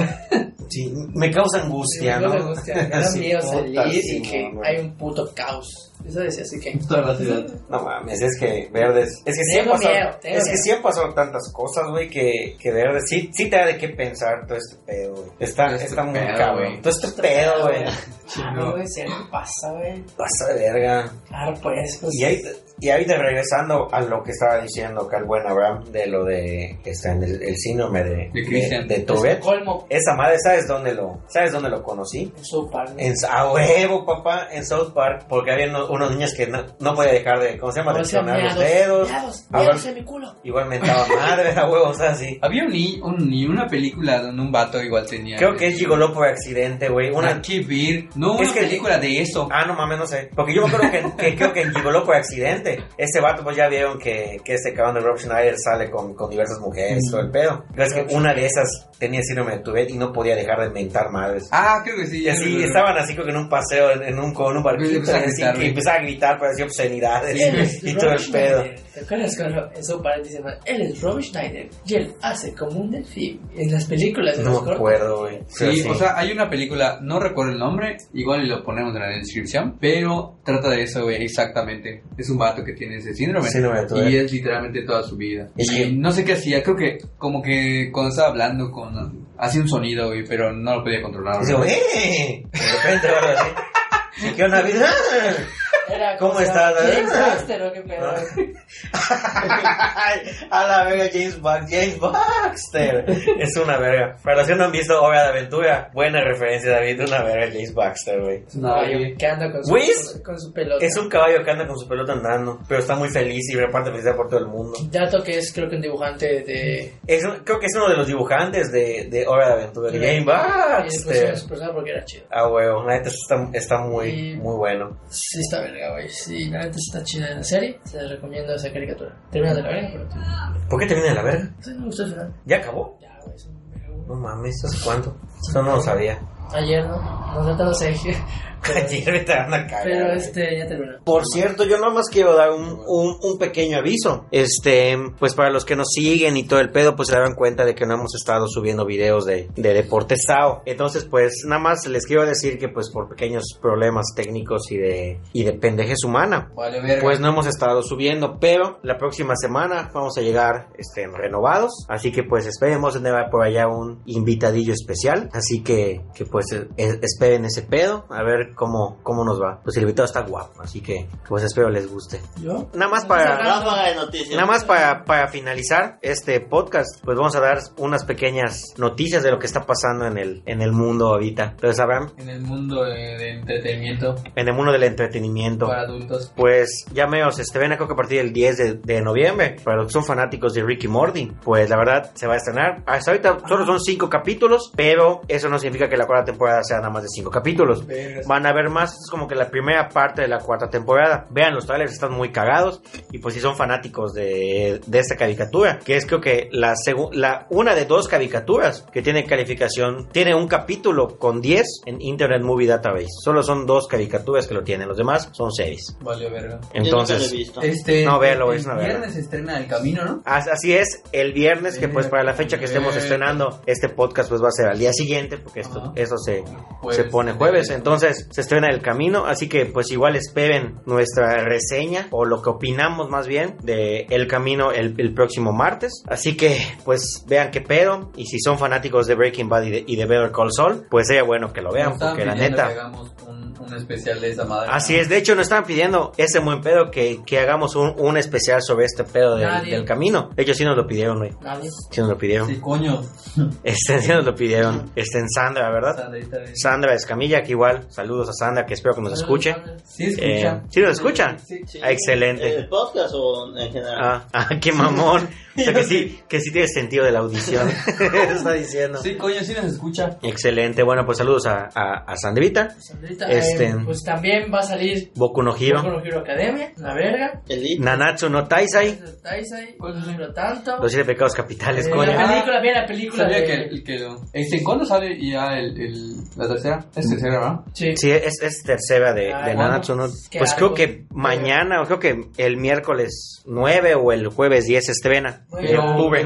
[SPEAKER 5] Sí, me causa angustia,
[SPEAKER 3] me
[SPEAKER 5] ¿no?
[SPEAKER 3] dio angustia. Me
[SPEAKER 5] *laughs*
[SPEAKER 3] da
[SPEAKER 5] Sí,
[SPEAKER 3] miedo
[SPEAKER 5] puta,
[SPEAKER 3] salir
[SPEAKER 5] sí,
[SPEAKER 3] y que
[SPEAKER 5] no, no.
[SPEAKER 3] hay un puto caos. Eso decía, así que...
[SPEAKER 4] Toda la ciudad.
[SPEAKER 5] No mames, es que Verdes. Es que sí han
[SPEAKER 3] Tengo
[SPEAKER 5] pasado.
[SPEAKER 3] miedo, tengo
[SPEAKER 5] es que
[SPEAKER 3] miedo.
[SPEAKER 5] sí han pasado tantas cosas, güey, que, que Verdes. Sí, sí te da de qué pensar todo este pedo, güey. Está,
[SPEAKER 4] Este
[SPEAKER 5] está muy
[SPEAKER 4] pedo,
[SPEAKER 5] cabrón.
[SPEAKER 4] güey.
[SPEAKER 5] Todo este pedo, güey.
[SPEAKER 3] No, "Ah, güey, se me pasa, güey.
[SPEAKER 5] Pasa de verga.
[SPEAKER 3] Claro, pues, pues...
[SPEAKER 5] Y ahí, y ahí de regresando a lo que estaba diciendo Cal Buen Abraham de lo de está en el, el síndrome de,
[SPEAKER 4] De Christian.
[SPEAKER 5] de Tourette.
[SPEAKER 3] Colmo.
[SPEAKER 5] Esa madre, ¿sabes dónde lo, ¿sabes dónde lo conocí?
[SPEAKER 3] En su par, ¿no?
[SPEAKER 5] En, a huevo, papá, en South Park, porque había uno- unos niños que no, no podía dejar de, ¿cómo se llama? De
[SPEAKER 3] O sea,
[SPEAKER 5] sonar los
[SPEAKER 3] meados,
[SPEAKER 5] dedos.
[SPEAKER 3] meados,
[SPEAKER 5] Ahora-
[SPEAKER 3] meados en mi culo.
[SPEAKER 5] Igual mentaba madre, a huevo, o sea, sí.
[SPEAKER 4] Había un, ni- un, ni una película donde un vato igual tenía.
[SPEAKER 5] Creo que es gigoló por accidente, güey. Una...
[SPEAKER 4] Una que ver. No,
[SPEAKER 5] Es
[SPEAKER 4] una
[SPEAKER 5] que-
[SPEAKER 4] película de eso.
[SPEAKER 5] Ah, no mames, no sé. Porque yo me acuerdo que, que creo que en Gigoló por accidente. Ese vato, pues ya vieron que, que este cabrón de Rob Schneider sale con, con diversas mujeres, todo
[SPEAKER 4] Mm.
[SPEAKER 5] el pedo. Pero es que una de esas tenía síndrome de Tourette y no podía dejar de mentar madres.
[SPEAKER 4] Ah, creo que sí.
[SPEAKER 5] Y
[SPEAKER 4] ya
[SPEAKER 5] así
[SPEAKER 4] recuerdo.
[SPEAKER 5] estaban así como que en un paseo, en, en un, con un
[SPEAKER 4] Y
[SPEAKER 5] barquito,
[SPEAKER 4] empezaba a
[SPEAKER 5] así,
[SPEAKER 4] gritar,
[SPEAKER 5] y
[SPEAKER 4] güey.
[SPEAKER 5] empezaba a gritar, parecía obscenidades
[SPEAKER 3] Él
[SPEAKER 5] *laughs* *laughs*
[SPEAKER 3] es
[SPEAKER 5] y
[SPEAKER 3] Rob
[SPEAKER 5] todo el pedo.
[SPEAKER 3] Schneider. ¿Te acuerdas cuando en su pared dicen, él es Rob Schneider y él hace como un delfín en las películas? en los
[SPEAKER 5] No me
[SPEAKER 3] cortos?
[SPEAKER 5] acuerdo, güey. Pero
[SPEAKER 4] Sí, o sea, hay una película, no recuerdo el nombre, igual y lo ponemos en la descripción, pero trata de eso, güey, exactamente. Es un vato que tiene ese síndrome.
[SPEAKER 5] Síndrome de Tourette.
[SPEAKER 4] Y es literalmente toda su vida.
[SPEAKER 5] Es
[SPEAKER 4] y
[SPEAKER 5] que-
[SPEAKER 4] no sé qué hacía, creo que como que cuando estaba hablando con... Hacía un sonido, güey, pero no lo podía controlar.
[SPEAKER 5] Y yo, ¡eh! De repente, o algo así.
[SPEAKER 4] *laughs*
[SPEAKER 5] ¿Y ¿Qué onda, vida?
[SPEAKER 3] Era
[SPEAKER 5] ¿Cómo
[SPEAKER 3] como-
[SPEAKER 5] estás?
[SPEAKER 3] James Baxter, ¿o qué pedo?
[SPEAKER 5] Ay, A la verga, James Baxter. James Baxter. Es una verga. Para los que no han visto Obra de Aventura, buena referencia, David. Una verga, James Baxter, güey.
[SPEAKER 3] Es un caballo que anda con su,
[SPEAKER 5] Whis
[SPEAKER 3] con, con su pelota.
[SPEAKER 5] Es un caballo que anda con su pelota andando, pero está muy feliz y reparte felicidad por todo el mundo.
[SPEAKER 3] Dato que es, creo que un dibujante de...
[SPEAKER 5] Es un- creo que es uno de los dibujantes de, de Hora de Aventura. El Game
[SPEAKER 3] Y le pusieron
[SPEAKER 5] Baxter.
[SPEAKER 3] su personaje porque era chido.
[SPEAKER 5] Ah, huevo, la neta está, está muy,
[SPEAKER 3] Y-
[SPEAKER 5] muy bueno.
[SPEAKER 3] Sí, está verga, güey. Sí, la neta está chida la serie. Se les recomiendo esa caricatura. Termina de la verga, pero...
[SPEAKER 5] ¿Por qué termina la verga?
[SPEAKER 3] Sí, me gustó el final.
[SPEAKER 5] ¿Ya acabó?
[SPEAKER 3] Ya, güey, es un verga, güey.
[SPEAKER 5] No mames, ¿hace cuánto? Eso no lo sabía.
[SPEAKER 3] Ayer, ¿no? No, no te lo sé. *laughs* Pero-
[SPEAKER 5] *laughs* Ayer te van a cagar.
[SPEAKER 3] Pero este ya terminó.
[SPEAKER 5] Por cierto, yo nada más quiero dar un, un- un pequeño aviso. Este, pues para los que nos siguen y todo el pedo, pues se darán cuenta de que no hemos estado subiendo videos de, de Deporte Sao. Entonces, pues nada más les quiero decir que pues por pequeños problemas técnicos y de, y de pendejez humana.
[SPEAKER 4] Vale, verga.
[SPEAKER 5] Pues no hemos estado subiendo, pero la próxima semana vamos a llegar este, renovados. Así que pues esperemos tener por allá un invitadillo especial. Así que, que pues eh, esperen ese pedo, a ver cómo, cómo nos va. Pues el invitado está guapo, así que pues espero les guste.
[SPEAKER 3] ¿Yo?
[SPEAKER 5] Nada más para...
[SPEAKER 6] Ráfaga de noticias.
[SPEAKER 5] Nada más para, para finalizar este podcast, pues vamos a dar unas pequeñas noticias de lo que está pasando en el, en el mundo ahorita. Entonces, Abraham,
[SPEAKER 4] En el mundo de, de entretenimiento
[SPEAKER 5] en el mundo del entretenimiento,
[SPEAKER 4] para adultos.
[SPEAKER 5] pues ya menos, este, ven acá que a partir del 10 de, de noviembre, para los que son fanáticos de Ricky Morty, pues la verdad se va a estrenar. Hasta ahorita solo son 5 capítulos, pero eso no significa que la cuarta temporada sea nada más de 5 capítulos.
[SPEAKER 4] Vergas.
[SPEAKER 5] Van a ver más, es como que la primera parte de la cuarta temporada. Vean, los trailers están muy cagados y pues si son fanáticos de, de esta caricatura, que es creo que la, segu- la una de dos caricaturas que tiene calificación, tiene un capítulo con 10 en Internet Movie Database. Solo son dos caricaturas que lo tienen, los demás son seis.
[SPEAKER 4] Valió verga.
[SPEAKER 6] Yo nunca lo
[SPEAKER 5] Entonces,
[SPEAKER 6] he visto.
[SPEAKER 4] Este,
[SPEAKER 5] No, véalo,
[SPEAKER 4] el
[SPEAKER 5] es una verga.
[SPEAKER 4] viernes se estrena El Camino, ¿no?
[SPEAKER 5] as- así es, el viernes, que pues para la fecha que estemos estrenando este podcast, pues va a ser al día siguiente, porque esto,
[SPEAKER 4] Eh. Ajá.
[SPEAKER 5] eso se,
[SPEAKER 4] Jueves.
[SPEAKER 5] se pone
[SPEAKER 4] eh,
[SPEAKER 5] jueves. Entonces se estrena El Camino. Así que pues igual esperen nuestra reseña o lo que opinamos más bien de El Camino el, el próximo martes. Así que pues vean qué pedo. Y si son fanáticos de Breaking Bad y de, y de Better Call Saul, pues sería bueno que lo
[SPEAKER 4] Nos
[SPEAKER 5] vean.
[SPEAKER 4] estaban
[SPEAKER 5] Porque la
[SPEAKER 4] pidiendo
[SPEAKER 5] neta...
[SPEAKER 4] que hagamos un, un especial de esa madre.
[SPEAKER 5] Así es, de hecho nos estaban pidiendo ese buen pedo que, que hagamos un, un especial sobre este pedo del,
[SPEAKER 3] Nadie.
[SPEAKER 5] del camino. Ellos sí nos lo pidieron, güey.
[SPEAKER 3] Nadie.
[SPEAKER 5] Sí nos lo pidieron.
[SPEAKER 4] Sí, coño.
[SPEAKER 5] *laughs* Este, sí nos lo pidieron. Este, en Sandra, ¿verdad?
[SPEAKER 4] Sandrita, eh.
[SPEAKER 5] Sandra Escamilla, que igual, saludos a Sandra, que espero que nos escuche.
[SPEAKER 4] Sí, escucha.
[SPEAKER 5] Eh, ¿sí nos escucha?
[SPEAKER 4] Sí, sí.
[SPEAKER 5] Ah, excelente.
[SPEAKER 6] ¿El podcast o en general?
[SPEAKER 5] Ah, *laughs* ah, qué mamón. O sea, que sí, que sí tiene sentido de la audición. *laughs* Está diciendo.
[SPEAKER 4] Sí, coño, sí nos escucha.
[SPEAKER 5] Excelente, bueno, pues saludos a, a, a Sandrita,
[SPEAKER 3] Sandrita,
[SPEAKER 5] Este-
[SPEAKER 3] eh, pues también va a salir
[SPEAKER 5] Boku no Hero,
[SPEAKER 3] Boku no Hero Academia, la verga.
[SPEAKER 6] Elite.
[SPEAKER 5] Nanatsu no Taisai,
[SPEAKER 3] Taisai, Boku pues no Hero tanto.
[SPEAKER 5] Los Siete Pecados Capitales,
[SPEAKER 3] Eh,
[SPEAKER 5] coño.
[SPEAKER 3] *laughs* La película, bien la película.
[SPEAKER 4] Sabía
[SPEAKER 3] de-
[SPEAKER 4] que, el- que lo- este, ¿Cuándo sale ya el, el- la tercera? Es
[SPEAKER 5] Mm.
[SPEAKER 4] tercera, ¿verdad?
[SPEAKER 3] Sí.
[SPEAKER 5] Sí, es, es tercera de,
[SPEAKER 3] Ah,
[SPEAKER 5] de
[SPEAKER 3] bueno,
[SPEAKER 5] Nanatsu, ¿no?
[SPEAKER 3] es que
[SPEAKER 5] Pues creo
[SPEAKER 3] algo-
[SPEAKER 5] que mañana, o creo que el miércoles 9 o el jueves 10 se estrena
[SPEAKER 3] Bueno,
[SPEAKER 5] en octubre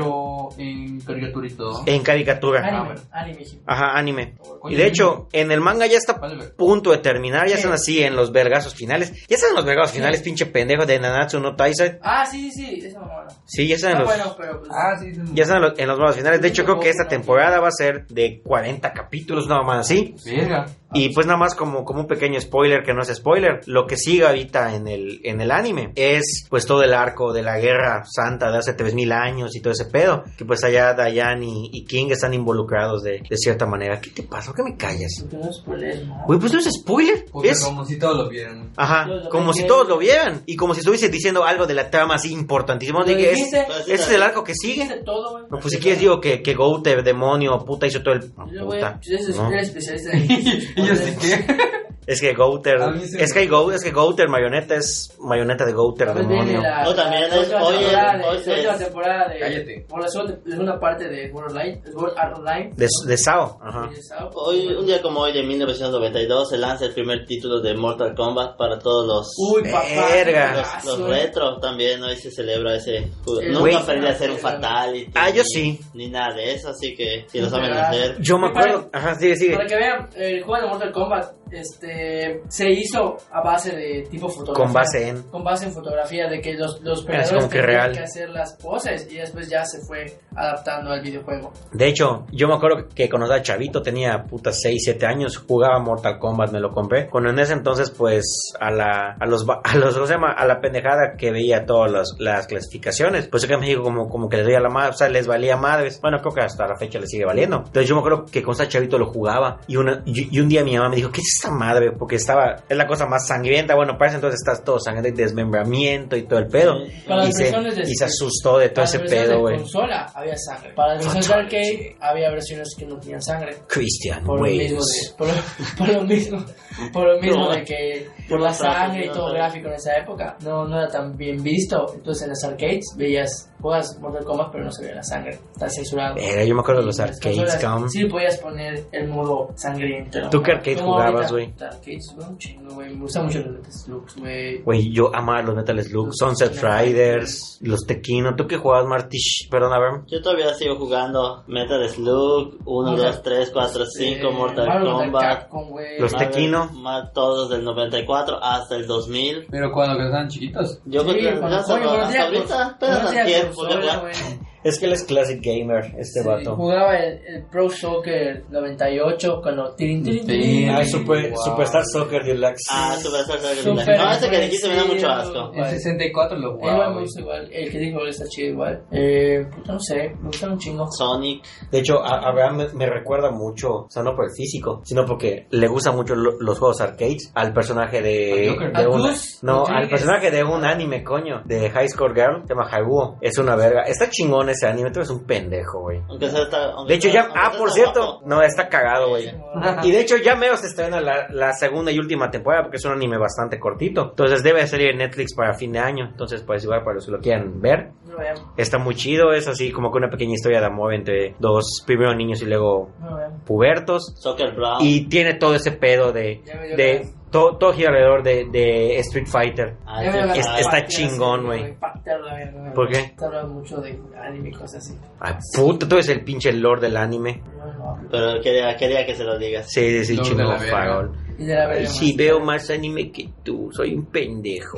[SPEAKER 4] pero en caricaturito.
[SPEAKER 5] en caricatura.
[SPEAKER 4] Ah,
[SPEAKER 3] Anime, anime. hijo.
[SPEAKER 5] Ajá, anime. Eh, Y de hecho, en el manga ya está
[SPEAKER 4] Vale, ver.
[SPEAKER 5] a punto de terminar, ya
[SPEAKER 3] Sí.
[SPEAKER 5] están así en los vergazos finales. Ya están en los vergazos finales, pinche pendejo de Nanatsu no Taisai.
[SPEAKER 3] Ah, sí, sí, sí, esa mamada.
[SPEAKER 5] Sí, ya están en
[SPEAKER 3] Ah,
[SPEAKER 5] los...
[SPEAKER 3] bueno, pero pues.
[SPEAKER 4] Ah, sí. sí.
[SPEAKER 5] Ya están en los, en los vergazos finales. De hecho, creo que esta temporada va a ser de 40 capítulos, nada más así.
[SPEAKER 4] Verga.
[SPEAKER 5] Y pues nada más como, como un pequeño spoiler que no es spoiler, lo que sigue ahorita en el, en el anime es pues todo el arco de la guerra santa de hace 3000 años y todo ese pedo, que pues allá Dayan y, y King están involucrados de, de cierta manera. ¿Qué te pasa? ¿Por qué me callas?
[SPEAKER 3] Porque no es por eso, ¿no?
[SPEAKER 5] Güey, pues no es spoiler,
[SPEAKER 4] Porque
[SPEAKER 5] es...
[SPEAKER 4] como si todos lo vieran.
[SPEAKER 5] Ajá,
[SPEAKER 3] Todos lo
[SPEAKER 5] como si
[SPEAKER 3] vieron.
[SPEAKER 5] todos lo vieran y como si estuviese diciendo algo de la trama así importantísimo.
[SPEAKER 3] Lo
[SPEAKER 5] Dije, es,
[SPEAKER 3] dijiste,
[SPEAKER 6] Pues,
[SPEAKER 5] ese es el arco que sigue.
[SPEAKER 3] dijiste todo, güey.
[SPEAKER 5] No, pues si quieres digo que, que Goute, demonio, puta, hizo todo el... Ah,
[SPEAKER 3] Yo, güey,
[SPEAKER 5] puta,
[SPEAKER 3] yo soy
[SPEAKER 5] ¿no?
[SPEAKER 3] un especialista
[SPEAKER 5] *laughs*
[SPEAKER 4] y yo sé
[SPEAKER 3] *laughs*
[SPEAKER 4] que.
[SPEAKER 5] Es que Gouter.
[SPEAKER 4] A mí sí
[SPEAKER 5] Es
[SPEAKER 4] me-
[SPEAKER 5] que, hay Go, es que Gouter, marioneta, es marioneta de
[SPEAKER 3] Pues
[SPEAKER 5] Gouter, demonio.
[SPEAKER 6] O también es- oye, entonces-
[SPEAKER 3] La última temporada de.
[SPEAKER 4] Cállate.
[SPEAKER 3] Por la segunda la segunda parte de World Online. de World Art Online.
[SPEAKER 5] De, de Sao. Ajá.
[SPEAKER 3] Y de Sao.
[SPEAKER 6] Hoy, un día como hoy de 1992 se lanza el primer título de Mortal Kombat para todos los
[SPEAKER 3] Uy, papá.
[SPEAKER 5] Verga.
[SPEAKER 3] qué
[SPEAKER 6] los, los
[SPEAKER 3] golazo, eh.
[SPEAKER 6] retros también hoy se celebra ese ju-
[SPEAKER 3] El
[SPEAKER 6] nunca
[SPEAKER 5] Güey.
[SPEAKER 6] aprendí a hacer un fatality
[SPEAKER 5] Ah, yo
[SPEAKER 6] ni-
[SPEAKER 5] sí.
[SPEAKER 6] ni nada de eso así que si lo saben
[SPEAKER 3] Verdad.
[SPEAKER 6] hacer
[SPEAKER 5] Yo me acuerdo. Ajá, sigue, sigue.
[SPEAKER 3] Para que vean, el juego de Mortal Kombat este, se hizo a base de tipo fotografía.
[SPEAKER 5] Con base en.
[SPEAKER 3] Con base en fotografía, de que los, los
[SPEAKER 5] Es como
[SPEAKER 3] peleadores
[SPEAKER 5] que
[SPEAKER 3] tenían
[SPEAKER 5] real.
[SPEAKER 3] que hacer las poses y después ya se fue adaptando al videojuego.
[SPEAKER 5] De hecho, yo me acuerdo que cuando estaba chavito, tenía puta 6, 7 años, jugaba Mortal Kombat, me lo compré. Cuando en ese entonces, pues, a la, a los, ba- a los, ¿cómo se llama? A la pendejada que veía todas las, las clasificaciones. Pues acá en México como, como que les veía la madre, o sea, les valía madres. Bueno, creo que hasta la fecha les sigue valiendo. Entonces yo me acuerdo que cuando estaba chavito lo jugaba y, una, y, y un día mi mamá me dijo, ¿qué es esta madre? Porque estaba, es la cosa más sangrienta. Bueno, parece entonces estás todo sangriento y desmembramiento y todo el pedo.
[SPEAKER 3] Para las
[SPEAKER 5] Y se,
[SPEAKER 3] versiones de-
[SPEAKER 5] y se asustó de todo
[SPEAKER 3] Para
[SPEAKER 5] ese
[SPEAKER 3] las versiones
[SPEAKER 5] pedo,
[SPEAKER 3] de
[SPEAKER 5] güey.
[SPEAKER 3] consola había sangre. Para las versiones de arcade había versiones que no tenían sangre.
[SPEAKER 5] Christian
[SPEAKER 3] Por lo, mismo
[SPEAKER 5] Wales.
[SPEAKER 3] de, por, lo, *laughs* por lo mismo por lo mismo
[SPEAKER 6] No.
[SPEAKER 3] de que por la
[SPEAKER 6] No,
[SPEAKER 3] sangre y
[SPEAKER 6] no,
[SPEAKER 3] todo
[SPEAKER 6] no.
[SPEAKER 3] gráfico en esa época no no era tan bien visto entonces en las arcades veías juegas Mortal Kombat pero no se veía la sangre está censurado
[SPEAKER 5] Verga, yo me acuerdo de los
[SPEAKER 3] Y en las
[SPEAKER 5] arcades,
[SPEAKER 3] consolas
[SPEAKER 5] cabrón.
[SPEAKER 3] sí podías poner el modo sangriento ¿no?
[SPEAKER 5] ¿Tú qué arcade
[SPEAKER 3] Como
[SPEAKER 5] jugabas,
[SPEAKER 3] ahorita,
[SPEAKER 5] güey?
[SPEAKER 3] arcades güey, un chingo güey me gustan mucho los Metal Slugs güey
[SPEAKER 5] Güey, yo amaba los Metal Slug,
[SPEAKER 3] Los
[SPEAKER 5] Sunset
[SPEAKER 3] Tequino.
[SPEAKER 5] Riders, los Tequino. ¿Tú qué jugabas, Martish? Perdón, a ver.
[SPEAKER 6] yo todavía sigo jugando Metal Slug 1,
[SPEAKER 3] Mortal-
[SPEAKER 6] 2, 3, 4, 5
[SPEAKER 3] Eh,
[SPEAKER 6] Mortal
[SPEAKER 3] Marvel contra
[SPEAKER 6] Kombat
[SPEAKER 3] Capcom, güey.
[SPEAKER 5] Los
[SPEAKER 6] Marvel-
[SPEAKER 5] Tequino.
[SPEAKER 6] Ma- todos del 94 hasta el 2000
[SPEAKER 4] Pero cuando que estaban chiquitos.
[SPEAKER 6] yo
[SPEAKER 3] Sí,
[SPEAKER 6] creo que
[SPEAKER 3] cuando-
[SPEAKER 6] hasta,
[SPEAKER 3] oye, buenos
[SPEAKER 6] hasta
[SPEAKER 3] días,
[SPEAKER 6] ahorita
[SPEAKER 3] pues, buenos
[SPEAKER 6] apenas
[SPEAKER 3] días,
[SPEAKER 6] tiempo
[SPEAKER 3] pues,
[SPEAKER 6] de
[SPEAKER 3] hola,
[SPEAKER 6] jugar.
[SPEAKER 3] güey.
[SPEAKER 5] Es que él es classic gamer, este
[SPEAKER 3] Sí,
[SPEAKER 5] vato.
[SPEAKER 3] Jugaba el, el Pro Soccer 98 cuando tirin, tirin, tirin.
[SPEAKER 5] Ay, super,
[SPEAKER 4] Wow.
[SPEAKER 5] pues, Superstar Soccer Deluxe.
[SPEAKER 6] Ah, Super Star Saga
[SPEAKER 3] Super
[SPEAKER 6] Black. No, ese que dijiste me da
[SPEAKER 3] parecido.
[SPEAKER 6] mucho asco.
[SPEAKER 4] En 64 lo
[SPEAKER 3] Ahí va,
[SPEAKER 4] jugaba.
[SPEAKER 3] me
[SPEAKER 4] güey.
[SPEAKER 3] gusta igual. El que dijo está chido igual. Eh, puta, no sé, me gusta un chingo. *laughs*
[SPEAKER 6] Sonic.
[SPEAKER 5] De hecho, a- Abraham me, me recuerda mucho, o sea, no por el físico, sino porque le gustan mucho lo- los juegos arcades al personaje de,
[SPEAKER 4] ¿Al Joker?
[SPEAKER 5] de
[SPEAKER 3] ¿A
[SPEAKER 5] un-
[SPEAKER 3] Cruz?
[SPEAKER 5] no,
[SPEAKER 3] Rodríguez.
[SPEAKER 5] al personaje de un anime, coño, de High Score Girl, se llama Haibuo. Es una verga. Está chingón ese anime, tú eres un pendejo, güey.
[SPEAKER 6] Aunque sea esta.
[SPEAKER 5] De
[SPEAKER 6] aunque
[SPEAKER 5] hecho,
[SPEAKER 6] sea-
[SPEAKER 5] ya,
[SPEAKER 6] aunque
[SPEAKER 5] ah,
[SPEAKER 6] sea
[SPEAKER 5] por
[SPEAKER 6] esta
[SPEAKER 5] cierto,
[SPEAKER 6] guapo.
[SPEAKER 5] no, está cagado, güey.
[SPEAKER 3] Ajá.
[SPEAKER 5] Y de hecho ya meo se estrena la, la segunda y última temporada porque es un anime bastante cortito. Entonces debe salir en Netflix para fin de año. Entonces pues igual para los que lo quieran ver.
[SPEAKER 3] No veamos,
[SPEAKER 5] Está muy chido, es así como que una pequeña historia de amor entre dos primero niños y luego
[SPEAKER 3] no veamos.
[SPEAKER 5] pubertos.
[SPEAKER 6] Soccer Brown.
[SPEAKER 5] Y tiene todo ese pedo de...
[SPEAKER 3] Ya me dio
[SPEAKER 5] de
[SPEAKER 3] ganas.
[SPEAKER 5] todo, todo gira alrededor de, de Street Fighter.
[SPEAKER 6] Ah,
[SPEAKER 3] Ya me
[SPEAKER 6] sí,
[SPEAKER 3] van a
[SPEAKER 5] es-
[SPEAKER 6] ah,
[SPEAKER 5] está
[SPEAKER 3] patear,
[SPEAKER 5] chingón,
[SPEAKER 3] sí,
[SPEAKER 5] güey.
[SPEAKER 3] me patear la verga, güey.
[SPEAKER 5] ¿Por qué?
[SPEAKER 3] Te hablan mucho de anime y cosas así.
[SPEAKER 5] Ay, puta, tú eres el pinche lord del anime.
[SPEAKER 3] No, no hablo.
[SPEAKER 6] Pero quería, quería que se lo digas.
[SPEAKER 5] Sí, sí,
[SPEAKER 4] Lord de la
[SPEAKER 5] chingón,
[SPEAKER 4] verga.
[SPEAKER 5] farol.
[SPEAKER 3] Y de la
[SPEAKER 5] Ay,
[SPEAKER 3] verga
[SPEAKER 5] sí,
[SPEAKER 3] más.
[SPEAKER 5] veo más anime que tú, soy un pendejo.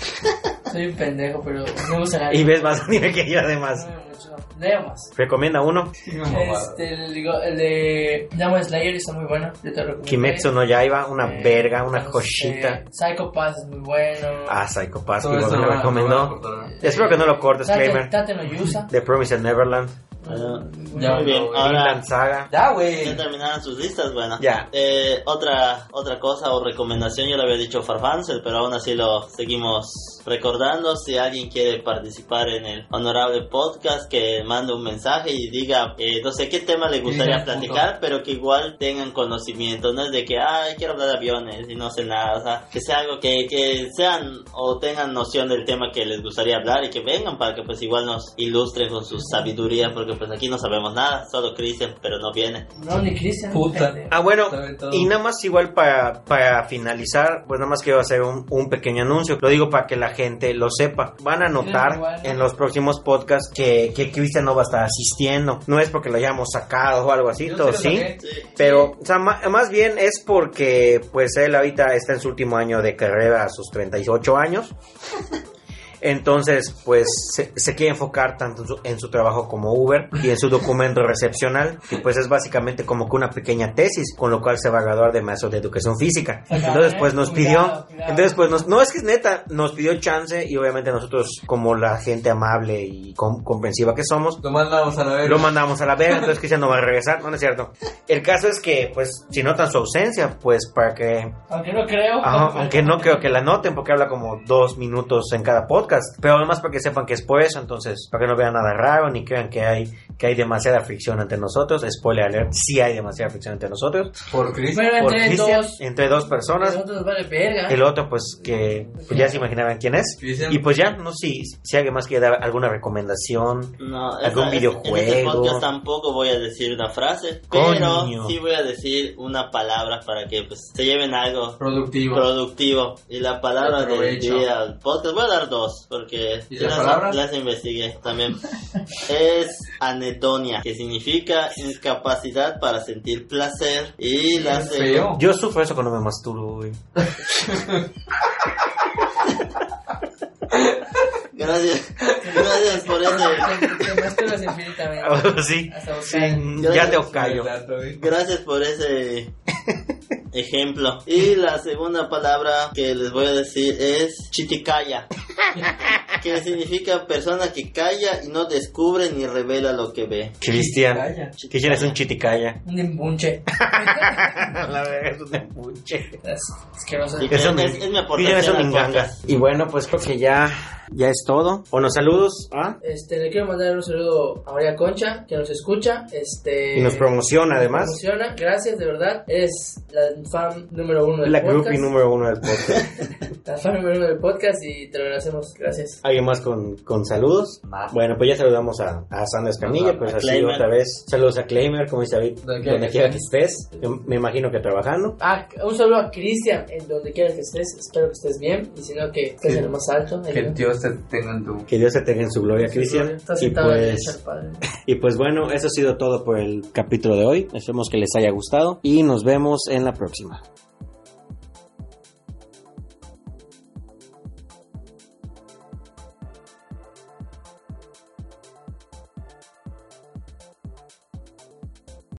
[SPEAKER 3] Soy un pendejo, pero me gusta el anime.
[SPEAKER 5] Y ves más anime que yo
[SPEAKER 3] No,
[SPEAKER 5] además.
[SPEAKER 3] no, no, no. Leo más.
[SPEAKER 5] Recomienda uno,
[SPEAKER 4] Sí, una mamada.
[SPEAKER 3] Este, el, go- el de Demon Slayer está muy bueno. Yo te lo recomiendo.
[SPEAKER 5] Kimetsu no Yaiba, una
[SPEAKER 3] Eh,
[SPEAKER 5] verga, una
[SPEAKER 3] este,
[SPEAKER 5] cosita.
[SPEAKER 3] Psycho Pass es muy bueno.
[SPEAKER 5] Ah, Psycho Pass,
[SPEAKER 4] Todo
[SPEAKER 5] que
[SPEAKER 4] eso
[SPEAKER 5] igual me lo
[SPEAKER 4] no va- no
[SPEAKER 5] recomendó.
[SPEAKER 4] va a cortar.
[SPEAKER 5] Espero que no lo cortes,
[SPEAKER 3] Tate-
[SPEAKER 5] Kramer.
[SPEAKER 3] Tate no Yusa.
[SPEAKER 5] The Promised Neverland,
[SPEAKER 6] Ah,
[SPEAKER 4] Ya,
[SPEAKER 6] Muy bien,
[SPEAKER 4] güey.
[SPEAKER 6] ahora
[SPEAKER 5] Vinland Saga.
[SPEAKER 4] Ya, güey.
[SPEAKER 6] ya terminaron sus listas, bueno.
[SPEAKER 5] Ya.
[SPEAKER 6] Eh, otra, otra cosa o recomendación, yo le había dicho Farfansel, pero aún así lo seguimos recordando. Si alguien quiere participar en el honorable podcast, que mande un mensaje y diga, eh, no sé qué tema le
[SPEAKER 4] diga
[SPEAKER 6] gustaría
[SPEAKER 4] el punto.
[SPEAKER 6] platicar, pero que igual tengan conocimiento. No es de que, ay, quiero hablar de aviones y no sé nada. O sea, que sea algo que, que sean o tengan noción del tema que les gustaría hablar y que vengan para que pues igual nos ilustren con su sabiduría, porque pues aquí no sabemos nada, solo Cristian, pero no viene.
[SPEAKER 3] No, ni Cristian.
[SPEAKER 4] Puta.
[SPEAKER 3] pendejo.
[SPEAKER 5] Ah, bueno,
[SPEAKER 4] Sabe todo.
[SPEAKER 5] y nada más igual para, para finalizar, pues nada más quiero hacer un, un pequeño anuncio. Lo digo para que la gente lo sepa. Van a
[SPEAKER 3] Sí, igual,
[SPEAKER 5] notar
[SPEAKER 3] ¿no?
[SPEAKER 5] en los próximos podcasts que, que Cristian no va a estar asistiendo. No es porque lo hayamos sacado o algo así,
[SPEAKER 4] Yo
[SPEAKER 5] todo
[SPEAKER 4] sí lo
[SPEAKER 5] sí.
[SPEAKER 4] saqué.
[SPEAKER 6] Sí.
[SPEAKER 5] Pero, o sea, ma- más bien es porque, pues, él ahorita está en su último año de carrera a sus 38 años. Entonces, pues, se, se quiere enfocar tanto en su, en su trabajo como Uber y en su documento recepcional, que pues es básicamente como que una pequeña tesis, con lo cual se va a graduar de maestro de educación física. Entonces, pues, nos pidió,
[SPEAKER 3] Cuidado, cuidado.
[SPEAKER 5] entonces, pues, nos- no es que es neta, nos pidió el chance y obviamente nosotros, como la gente amable y com- comprensiva que somos,
[SPEAKER 4] Lo mandamos a la verga.
[SPEAKER 5] lo mandamos a la verga, entonces Cristian no va a regresar, no, no es cierto. El caso es que, pues, si notan su ausencia, pues para que...
[SPEAKER 3] Aunque no creo.
[SPEAKER 5] Ajá, aunque no creo que la noten porque habla como dos minutos en cada podcast, pero además para que sepan que es por eso, entonces, para que no vean nada raro ni crean que hay que hay demasiada fricción entre nosotros, spoiler alert, sí hay demasiada fricción entre nosotros,
[SPEAKER 4] Por Chris.
[SPEAKER 3] Pero
[SPEAKER 5] por
[SPEAKER 3] entre
[SPEAKER 5] Cristian,
[SPEAKER 3] dos.
[SPEAKER 5] entre dos personas,
[SPEAKER 3] Nosotros vale verga.
[SPEAKER 5] el otro pues que pues, ya se imaginarán quién es,
[SPEAKER 4] Cristian.
[SPEAKER 5] y pues ya, no sé si, si alguien más quiere dar alguna recomendación,
[SPEAKER 6] No,
[SPEAKER 5] Algún
[SPEAKER 6] esta-
[SPEAKER 5] videojuego.
[SPEAKER 6] En este podcast tampoco voy a decir una frase, pero
[SPEAKER 5] Coño.
[SPEAKER 6] sí voy a decir una palabra para que pues, se lleven algo
[SPEAKER 4] Productivo.
[SPEAKER 6] productivo. Y la palabra del
[SPEAKER 4] Aprovecho.
[SPEAKER 6] día al podcast, voy a dar dos, porque
[SPEAKER 4] ¿Y
[SPEAKER 6] yo
[SPEAKER 4] la
[SPEAKER 6] las,
[SPEAKER 4] palabra?
[SPEAKER 6] las investigué
[SPEAKER 4] *laughs*
[SPEAKER 6] también. es anedonia, que significa incapacidad para sentir placer. Y la
[SPEAKER 4] Es
[SPEAKER 6] seg-
[SPEAKER 4] feo.
[SPEAKER 5] yo sufro eso cuando me masturbo, güey.
[SPEAKER 6] Gracias, *laughs* gracias por ese.
[SPEAKER 3] Te- te
[SPEAKER 5] *laughs*
[SPEAKER 3] masturbas infinitamente.
[SPEAKER 5] Ahora Oh, sí.
[SPEAKER 3] Hasta
[SPEAKER 5] Sí,
[SPEAKER 3] buscar.
[SPEAKER 5] ya te callo.
[SPEAKER 4] Exacto, güey.
[SPEAKER 6] Gracias por ese ejemplo. Y la segunda palabra que les voy a decir es chiticaya, que significa persona que calla y no descubre ni revela lo que ve.
[SPEAKER 5] Cristian.
[SPEAKER 4] Chiticaya.
[SPEAKER 5] Cristian es un chiticaya.
[SPEAKER 3] Un embunche.
[SPEAKER 5] *laughs* La verdad es un empuche.
[SPEAKER 3] Es asqueroso.
[SPEAKER 6] Sí.
[SPEAKER 5] Es un-
[SPEAKER 6] Es- es mi aportación
[SPEAKER 5] Cristian es un
[SPEAKER 6] al
[SPEAKER 5] inganga.
[SPEAKER 6] podcast.
[SPEAKER 5] Y bueno, pues creo que ya, ya es todo. Bueno, saludos. ¿ah?
[SPEAKER 3] Este, le quiero mandar un saludo a María Concha, que nos escucha. Este,
[SPEAKER 5] Y Eh, nos promociona
[SPEAKER 3] nos
[SPEAKER 5] además.
[SPEAKER 3] promociona. Gracias, de verdad. Es la fan número uno del
[SPEAKER 5] La
[SPEAKER 3] podcast.
[SPEAKER 5] groupie número uno del *laughs* podcast.
[SPEAKER 3] La fan número uno del podcast y te lo agradecemos. Gracias.
[SPEAKER 5] ¿Alguien más con, con saludos?
[SPEAKER 4] Nah.
[SPEAKER 5] Bueno, pues ya saludamos a, a Sandra Escamilla,
[SPEAKER 4] Ajá,
[SPEAKER 5] pues
[SPEAKER 6] a
[SPEAKER 5] así
[SPEAKER 6] Claimer.
[SPEAKER 5] otra vez. Saludos a Claimer, como dice David,
[SPEAKER 4] Donde quiera
[SPEAKER 5] donde
[SPEAKER 4] que
[SPEAKER 5] quiera que
[SPEAKER 4] estés.
[SPEAKER 5] estés. Yo me imagino que trabajando.
[SPEAKER 3] Ah, un saludo a Cristian, en donde quiera que estés. Espero que estés bien. Y si no, que estés
[SPEAKER 4] Sí.
[SPEAKER 3] en lo más alto.
[SPEAKER 4] Que Dios te tenga en tu...
[SPEAKER 5] Que Dios te tenga en su gloria, Cristian.
[SPEAKER 3] Estás
[SPEAKER 5] Y
[SPEAKER 3] sentado a la derecha
[SPEAKER 5] pues,
[SPEAKER 3] del padre.
[SPEAKER 5] Y pues bueno, eso ha sido todo por el capítulo de hoy. Esperemos que les haya gustado y nos vemos en la próxima.